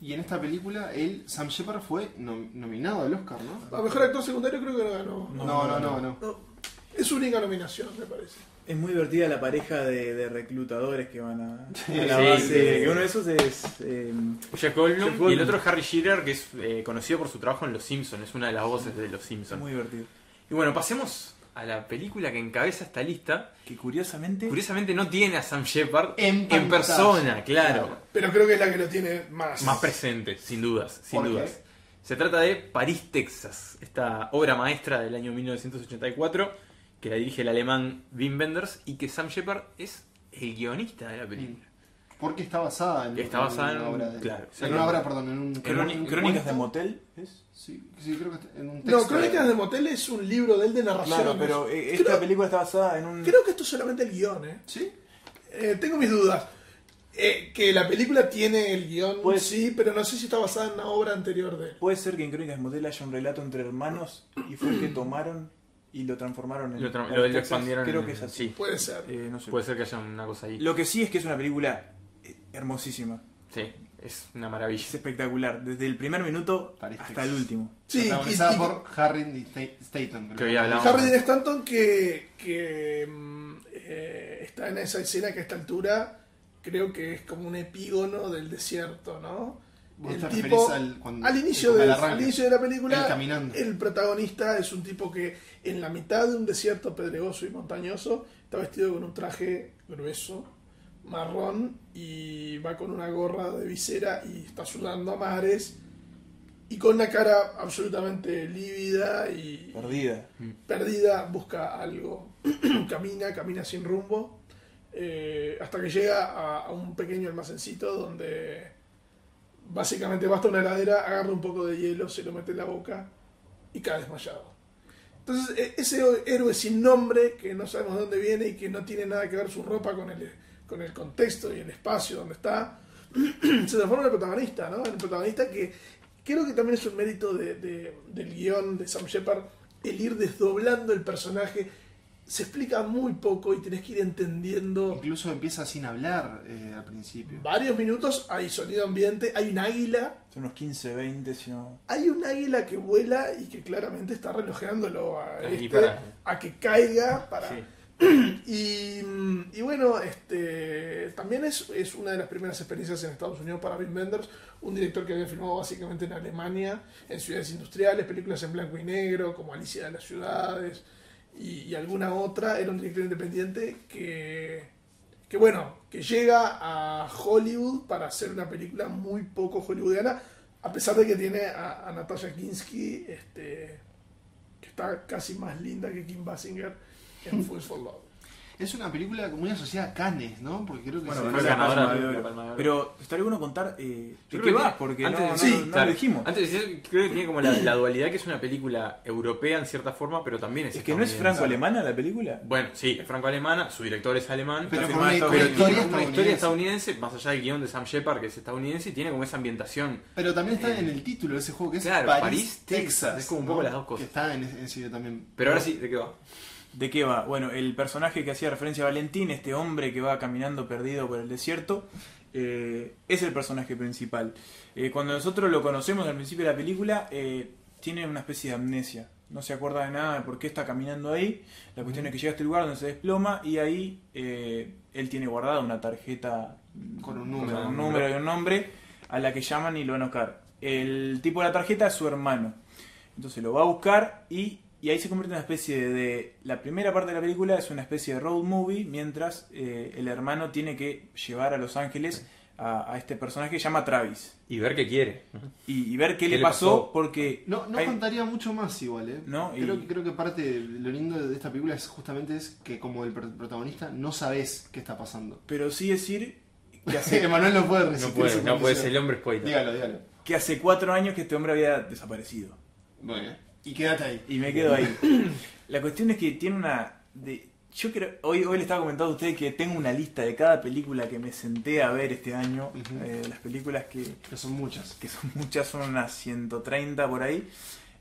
B: Y en esta película, él, Sam Shepard, fue nom- nominado al Oscar, ¿no?
D: a mejor actor secundario creo que no ganó.
B: No, no, no, no.
D: No, es su única nominación, me parece.
C: Es muy divertida la pareja de, de reclutadores que van a, a la
A: Sí,
C: base.
A: sí, sí.
C: Uno de esos es... eh,
A: Jeff Goldblum,
C: Jeff Goldblum.
A: y el otro es Harry Shearer, que es eh, conocido por su trabajo en Los Simpsons, es una de las voces de Los
C: es
A: Simpsons.
C: muy divertido.
A: Y bueno, pasemos a la película que encabeza esta lista.
C: Que curiosamente...
A: Curiosamente no tiene a Sam Shepard
B: En
A: en
B: pantalla.
A: persona, claro.
D: Pero creo que es la que lo tiene más.
A: Más presente, sin dudas, sin
B: ¿Por qué?
A: dudas. Se trata de París, Texas, esta obra maestra del año 1984 que la dirige el alemán Wim Wenders y que Sam Shepard es el guionista de la película.
C: Mm.
B: Porque está basada en,
A: Que está basada en
B: una
A: un-
B: obra de-
A: claro,
B: en una obra, perdón, en un.
A: Cróni-
B: en un
C: Crónicas de
B: cuento.
C: Motel, ¿es?
B: Sí, sí, creo que está en un texto.
D: No, Crónicas de Motel es un libro de él de narración.
C: Claro, pero eh, esta
D: Creo-
C: película está basada en un...
D: Creo que esto es solamente el guión, ¿eh?
B: Sí.
D: Eh, tengo mis dudas. Eh, que la película tiene el guión,
C: Pues-
D: sí, pero no sé si está basada en una obra anterior de él.
C: Puede ser que en Crónicas de Motel haya un relato entre hermanos y fue el que tomaron y lo transformaron en...
A: Lo, tra-
C: en
A: lo- lo
C: Texas.
A: expandieron.
C: Creo
A: en-
C: que es así.
A: sí.
D: Puede ser.
C: Eh, no sé.
A: Puede ser que haya una cosa ahí.
C: Lo que sí es que es una película eh, hermosísima.
A: Sí, es una
C: Es
A: maravilla.
C: espectacular. Desde el primer minuto
B: Parece
C: hasta
B: que sí.
C: el último.
D: Sí, y,
B: Protagonizada
D: y-
B: por Harry Dean Sta- Statham. creo.
A: Que hoy hablamos.
D: Harry Dean Stanton que, que, mm, eh, está en esa escena que a esta altura creo que es como un epígono del desierto, ¿no?
B: Vos
D: El
B: te
D: tipo-
B: referís al, cuando,
D: Al inicio,
B: cuando
D: de,
B: Mm, el
D: al
B: arranque.
D: inicio de la película,
B: Él caminando.
D: el protagonista es un tipo que en la mitad de un desierto pedregoso y montañoso está vestido con un traje grueso, marrón, y va con una gorra de visera y está sudando a mares, y con una cara absolutamente lívida y
C: Perdida.
D: perdida, busca algo, camina, camina sin rumbo, eh, hasta que llega a, a un pequeño almacencito donde básicamente basta una heladera, agarra un poco de hielo, se lo mete en la boca y cae desmayado. Entonces, e- ese o- héroe sin nombre, que no sabemos de dónde viene y que no tiene nada que ver su ropa con el, con el contexto y el espacio donde está, se transforma en el protagonista, ¿no? En el protagonista que creo que también es un mérito de- de- del guión de Sam Shepard, el ir desdoblando el personaje. Se explica muy poco y tenés que ir entendiendo
B: Incluso empieza sin hablar eh, al principio.
D: varios minutos. Hay sonido ambiente, hay un águila
C: Son unos 15, 20, si no.
D: hay un águila que vuela y que claramente está relojeándolo a,
A: Ahí
D: este,
A: para.
D: a que caiga para.
A: Sí.
D: Y, mm, y bueno, este también es, es una de las primeras experiencias en Estados Unidos para Wim Wenders, un director que había filmado básicamente en Alemania, en ciudades industriales, películas en blanco y negro, como Alicia de las Ciudades y, y alguna otra. Era un director independiente que, que, bueno, que llega a Hollywood para hacer una película muy poco hollywoodiana, a pesar de que tiene a, a Natasha Kinski, este, que está casi más linda que Kim Basinger en Fools for Love.
B: Es una película muy asociada a Cannes, ¿no? Porque creo que
A: Bueno,
B: se-
A: ganó
C: fue
A: la
C: ganadora
A: Palma
C: de
A: de
C: Oro.
A: Oro, la Palma de Oro.
C: Pero estaría bueno contar eh,
A: Yo creo
C: de qué
A: que
C: va,
A: tiene-
C: porque
A: antes
C: no,
A: de-
C: no-
D: sí,
C: no lo
A: Claro.
C: dijimos.
A: Antes de decir, creo que tiene como la, la dualidad que es una película europea en cierta forma, pero también es.
C: Es que no es
A: estadounidense.
C: franco-alemana la película.
A: Bueno, sí, es franco-alemana, su director es alemán.
B: Pero
C: Está
B: con una,
C: filmada
B: con una
A: Pero tiene
B: historia
A: una
B: estadounidense.
A: historia estadounidense, más allá del guión de Sam Shepard, que es estadounidense, y tiene como esa ambientación.
B: Pero también está en el título de ese juego, que es
A: Eh, Claro,
B: París,
A: París, Texas.
B: Texas.
A: Es como un poco las dos cosas.
B: Que está en ese en ese también.
A: Pero ahora sí, ¿de qué va?
C: ¿De qué va? Bueno, el personaje que hacía referencia a Valentín, este hombre que va caminando perdido por el desierto, eh, es el personaje principal. Eh, cuando nosotros lo conocemos al principio de la película, eh, tiene una especie de amnesia. No se acuerda de nada de por qué está caminando ahí. La cuestión es que llega a este lugar donde se desploma y ahí eh, él tiene guardada una tarjeta
B: Con un
C: con
B: número.
C: un número y un nombre a la que llaman y lo van a buscar. El tipo de la tarjeta es su hermano. Entonces lo va a buscar y, y ahí se convierte en una especie de, de- La primera parte de la película es una especie de road movie mientras eh, el hermano tiene que llevar a Los Ángeles a, a este personaje que se llama Travis
A: Y ver qué quiere.
C: y, y ver qué, le pasó, porque...
B: No, no
C: hay-
B: contaría mucho más igual, ¿eh?
C: No, y-
B: creo, creo que parte de lo lindo de esta película es justamente es que como el pr- protagonista no sabes qué está pasando.
C: Pero sí decir que hace,
B: Emanuel no puede
A: No
B: resistir
A: puede,
B: su
A: no puede, es
B: condición.
A: el hombre spoiler.
B: Dígalo, dígalo.
C: que hace cuatro años que este hombre había desaparecido.
B: Muy bien. Y quédate ahí.
C: Y me quedo ahí. La cuestión es que tiene una. De, yo creo. Hoy, hoy le estaba comentando a ustedes que tengo una lista de cada película que me senté a ver este año.
B: Ujú.
C: eh, las películas que,
B: Que son muchas.
C: que son muchas, son unas 130 por ahí.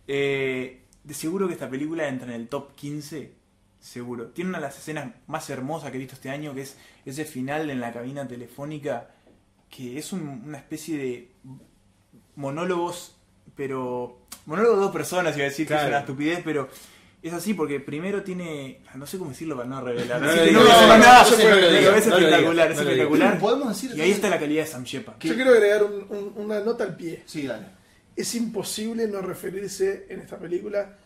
C: Eh, de seguro que esta película entra en el top 15. Seguro. Tiene una de las escenas más hermosas que he visto este año, que es ese final en la cabina telefónica, que es un- una especie de monólogos, pero... Monólogos de dos personas, iba a decir que
A: Claro.
C: es una estupidez, pero es así porque primero tiene... No sé cómo decirlo para no revelar.
A: No,
C: Así
A: no,
C: que
A: no,
C: voy a
A: no,
C: hacer
A: no,
C: nada,
A: no, no,
C: pero
A: no lo digas,
C: es
A: no lo digas,
C: espectacular, es
A: no lo digas.
C: espectacular.
B: Podemos decir.
C: Y ahí está la calidad de Sam Shepard.
B: ¿Qué?
D: Yo quiero agregar un- un- una nota al pie.
B: Sí, dale.
D: Es imposible no referirse en esta película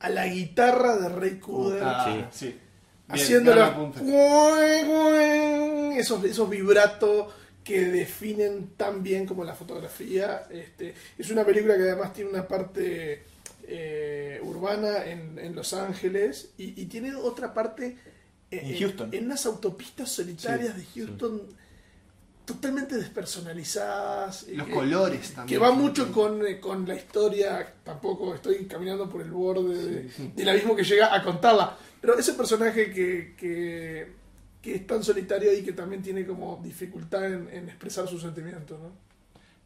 D: a la guitarra de Ray Cooder
B: Ah, sí. Bien, gran
D: haciéndola
B: apunte.
D: esos, esos vibratos que definen tan bien como la fotografía. Este, es una película que además tiene una parte eh, urbana en, en Los Ángeles y, y tiene otra parte eh,
C: En Houston.
D: En, unas autopistas solitarias de Houston totalmente despersonalizadas.
B: Los
D: eh,
B: colores
D: que
B: también.
D: va mucho con, eh, con la historia, tampoco estoy caminando por el borde de- del abismo que llega a contarla, pero ese personaje que, que, que es tan solitario y que también tiene como dificultad en, en expresar sus sentimientos, ¿no?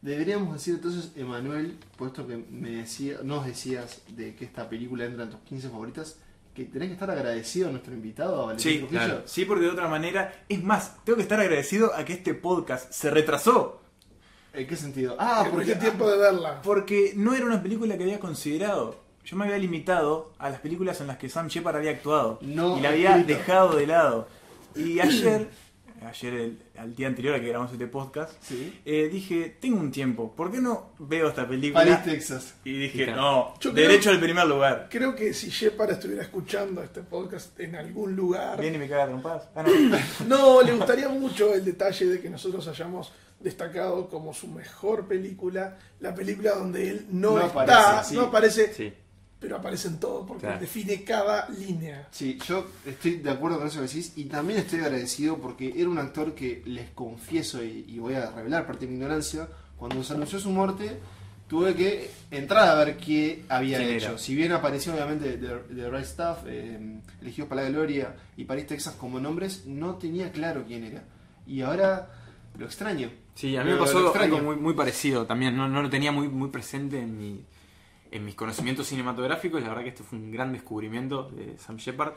B: Deberíamos decir entonces, Emanuel, puesto que me decía, nos decías de que esta película entra en tus 15 favoritas, que tenés que estar agradecido a nuestro invitado, a Valentín
C: Sí,
B: Trujillo.
A: claro.
C: Sí, porque de otra manera, es más, tengo que estar agradecido a que este podcast se retrasó.
B: ¿En qué sentido? Ah,
D: Que
B: porque
D: perdí este tiempo de verla.
C: Porque no era una película que había considerado. Yo me había limitado a las películas en las que Sam Shepard había actuado.
B: No,
C: y la había
B: escrito.
C: dejado de lado. Y ayer, ayer, el, al día anterior a que grabamos este podcast,
B: Sí.
C: eh, dije, tengo un tiempo, ¿por qué no veo esta película?
B: París, Texas.
C: Y dije,
A: Claro.
C: no,
D: Yo creo-
C: derecho al primer lugar.
D: Creo que si Shepard estuviera escuchando este podcast en algún lugar,
C: Viene y me caga a trompadas. Ah, no.
D: no, le gustaría mucho el detalle de que nosotros hayamos destacado como su mejor película, la película donde él no,
B: No
D: está,
B: aparece, sí.
D: no aparece,
A: Sí.
D: pero aparecen todos porque
A: Claro.
D: define cada línea.
B: Sí, yo estoy de acuerdo con eso que decís y también estoy agradecido porque era un actor que les confieso y, y voy a revelar parte de mi ignorancia, cuando se anunció su muerte tuve que entrar a ver qué había
A: ¿Quién
B: hecho.
A: era?
B: Si bien apareció obviamente The, The Right Stuff, eh, eligió Palabra de Gloria y París, Texas como nombres, no tenía claro quién era. Y ahora lo extraño.
A: Sí, a mí me
B: Pero lo
A: pasó
B: extraño.
A: algo muy, muy parecido también. No, no lo tenía muy, muy presente en, mi- en mis conocimientos cinematográficos. La verdad que esto fue un gran descubrimiento de Sam Shepard.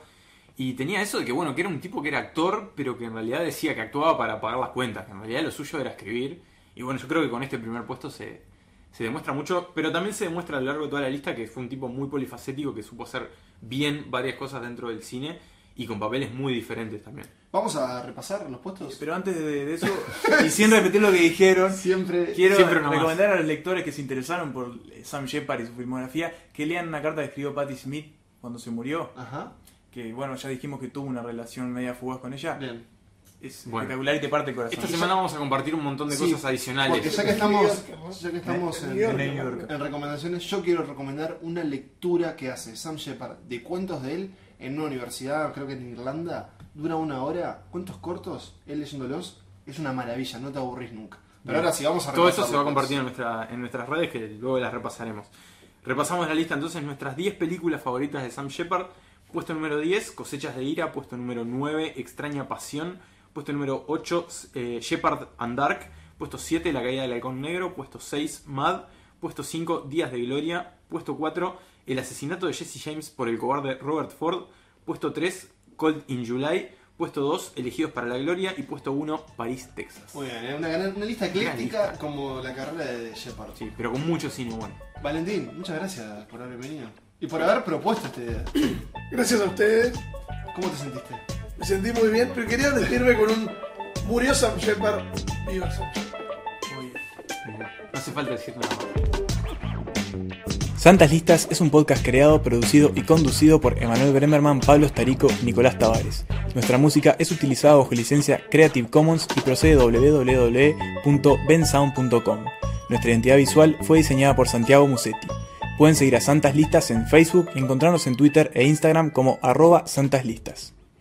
A: Y tenía eso de que, bueno, que era un tipo que era actor, pero que en realidad decía que actuaba para pagar las cuentas. Que en realidad lo suyo era escribir. Y bueno, yo creo que con este primer puesto se, se demuestra mucho. Pero también se demuestra a lo largo de toda la lista que fue un tipo muy polifacético que supo hacer bien varias cosas dentro del cine. Y con papeles muy diferentes también.
B: Vamos a repasar los puestos.
C: Pero antes de, de eso, y sin repetir lo que dijeron,
B: Siempre...
C: quiero
A: Siempre nomás.
C: recomendar a los lectores que se interesaron por Sam Shepard y su filmografía que lean una carta que escribió Patti Smith cuando se murió.
B: Ajá.
C: Que bueno, ya dijimos que tuvo una relación media fugaz con ella.
B: Bien.
C: Es
A: Bueno.
C: espectacular y te parte el corazón.
A: Esta semana vamos a compartir un montón de
B: Sí,
A: cosas adicionales.
B: Porque ya que
D: En New
B: estamos,
D: York, ¿no?
B: ya que estamos
D: En
B: en,
D: New York.
C: En New York.
B: en recomendaciones, yo quiero recomendar una lectura que hace Sam Shepard de cuentos de él en una universidad, creo que en Irlanda. Dura una hora, cuentos cortos, él leyéndolos, es una maravilla, no te aburrís nunca. Pero
A: Bien.
B: ahora sí, vamos a
A: Todo
B: repasar
A: eso se va a
B: los
A: compartir en, nuestra, en nuestras redes que luego las repasaremos. Repasamos la lista entonces, nuestras 10 películas favoritas de Sam Shepard. Puesto número 10, Cosechas de Ira. Puesto número 9, Extraña Pasión. Puesto número 8, eh, Shepard and Dark. Puesto 7, La Caída del Halcón Negro. Puesto 6, Mad. Puesto 5, Días de Gloria. Puesto 4, El Asesinato de Jesse James por el cobarde Robert Ford. Puesto 3, Cold in July. Puesto 2, Elegidos para la Gloria. Y puesto 1, París, Texas.
B: puestos. Muy bien, ¿eh? una, gran- una lista
A: Gran
B: ecléctica
A: lista.
B: como la carrera de Shepard.
A: Sí, pero con mucho cine bueno.
B: Valentín, muchas gracias por haber venido y por haber propuesto esta idea.
D: Gracias a ustedes,
B: ¿Cómo te sentiste?
D: me sentí muy bien, pero quería decirme con un murió Sam Shepard, viva Sam Shepard.
C: Muy bien.
A: No hace falta decir nada más.
C: Santas Listas es un podcast creado, producido y conducido por Emanuel Bremerman, Pablo Starico y Nicolás Tavares. Nuestra música es utilizada bajo licencia Creative Commons y procede de www.bensound.com. Nuestra identidad visual fue diseñada por Santiago Musetti. Pueden seguir a Santas Listas en Facebook y encontrarnos en Twitter e Instagram como arroba Santas Listas.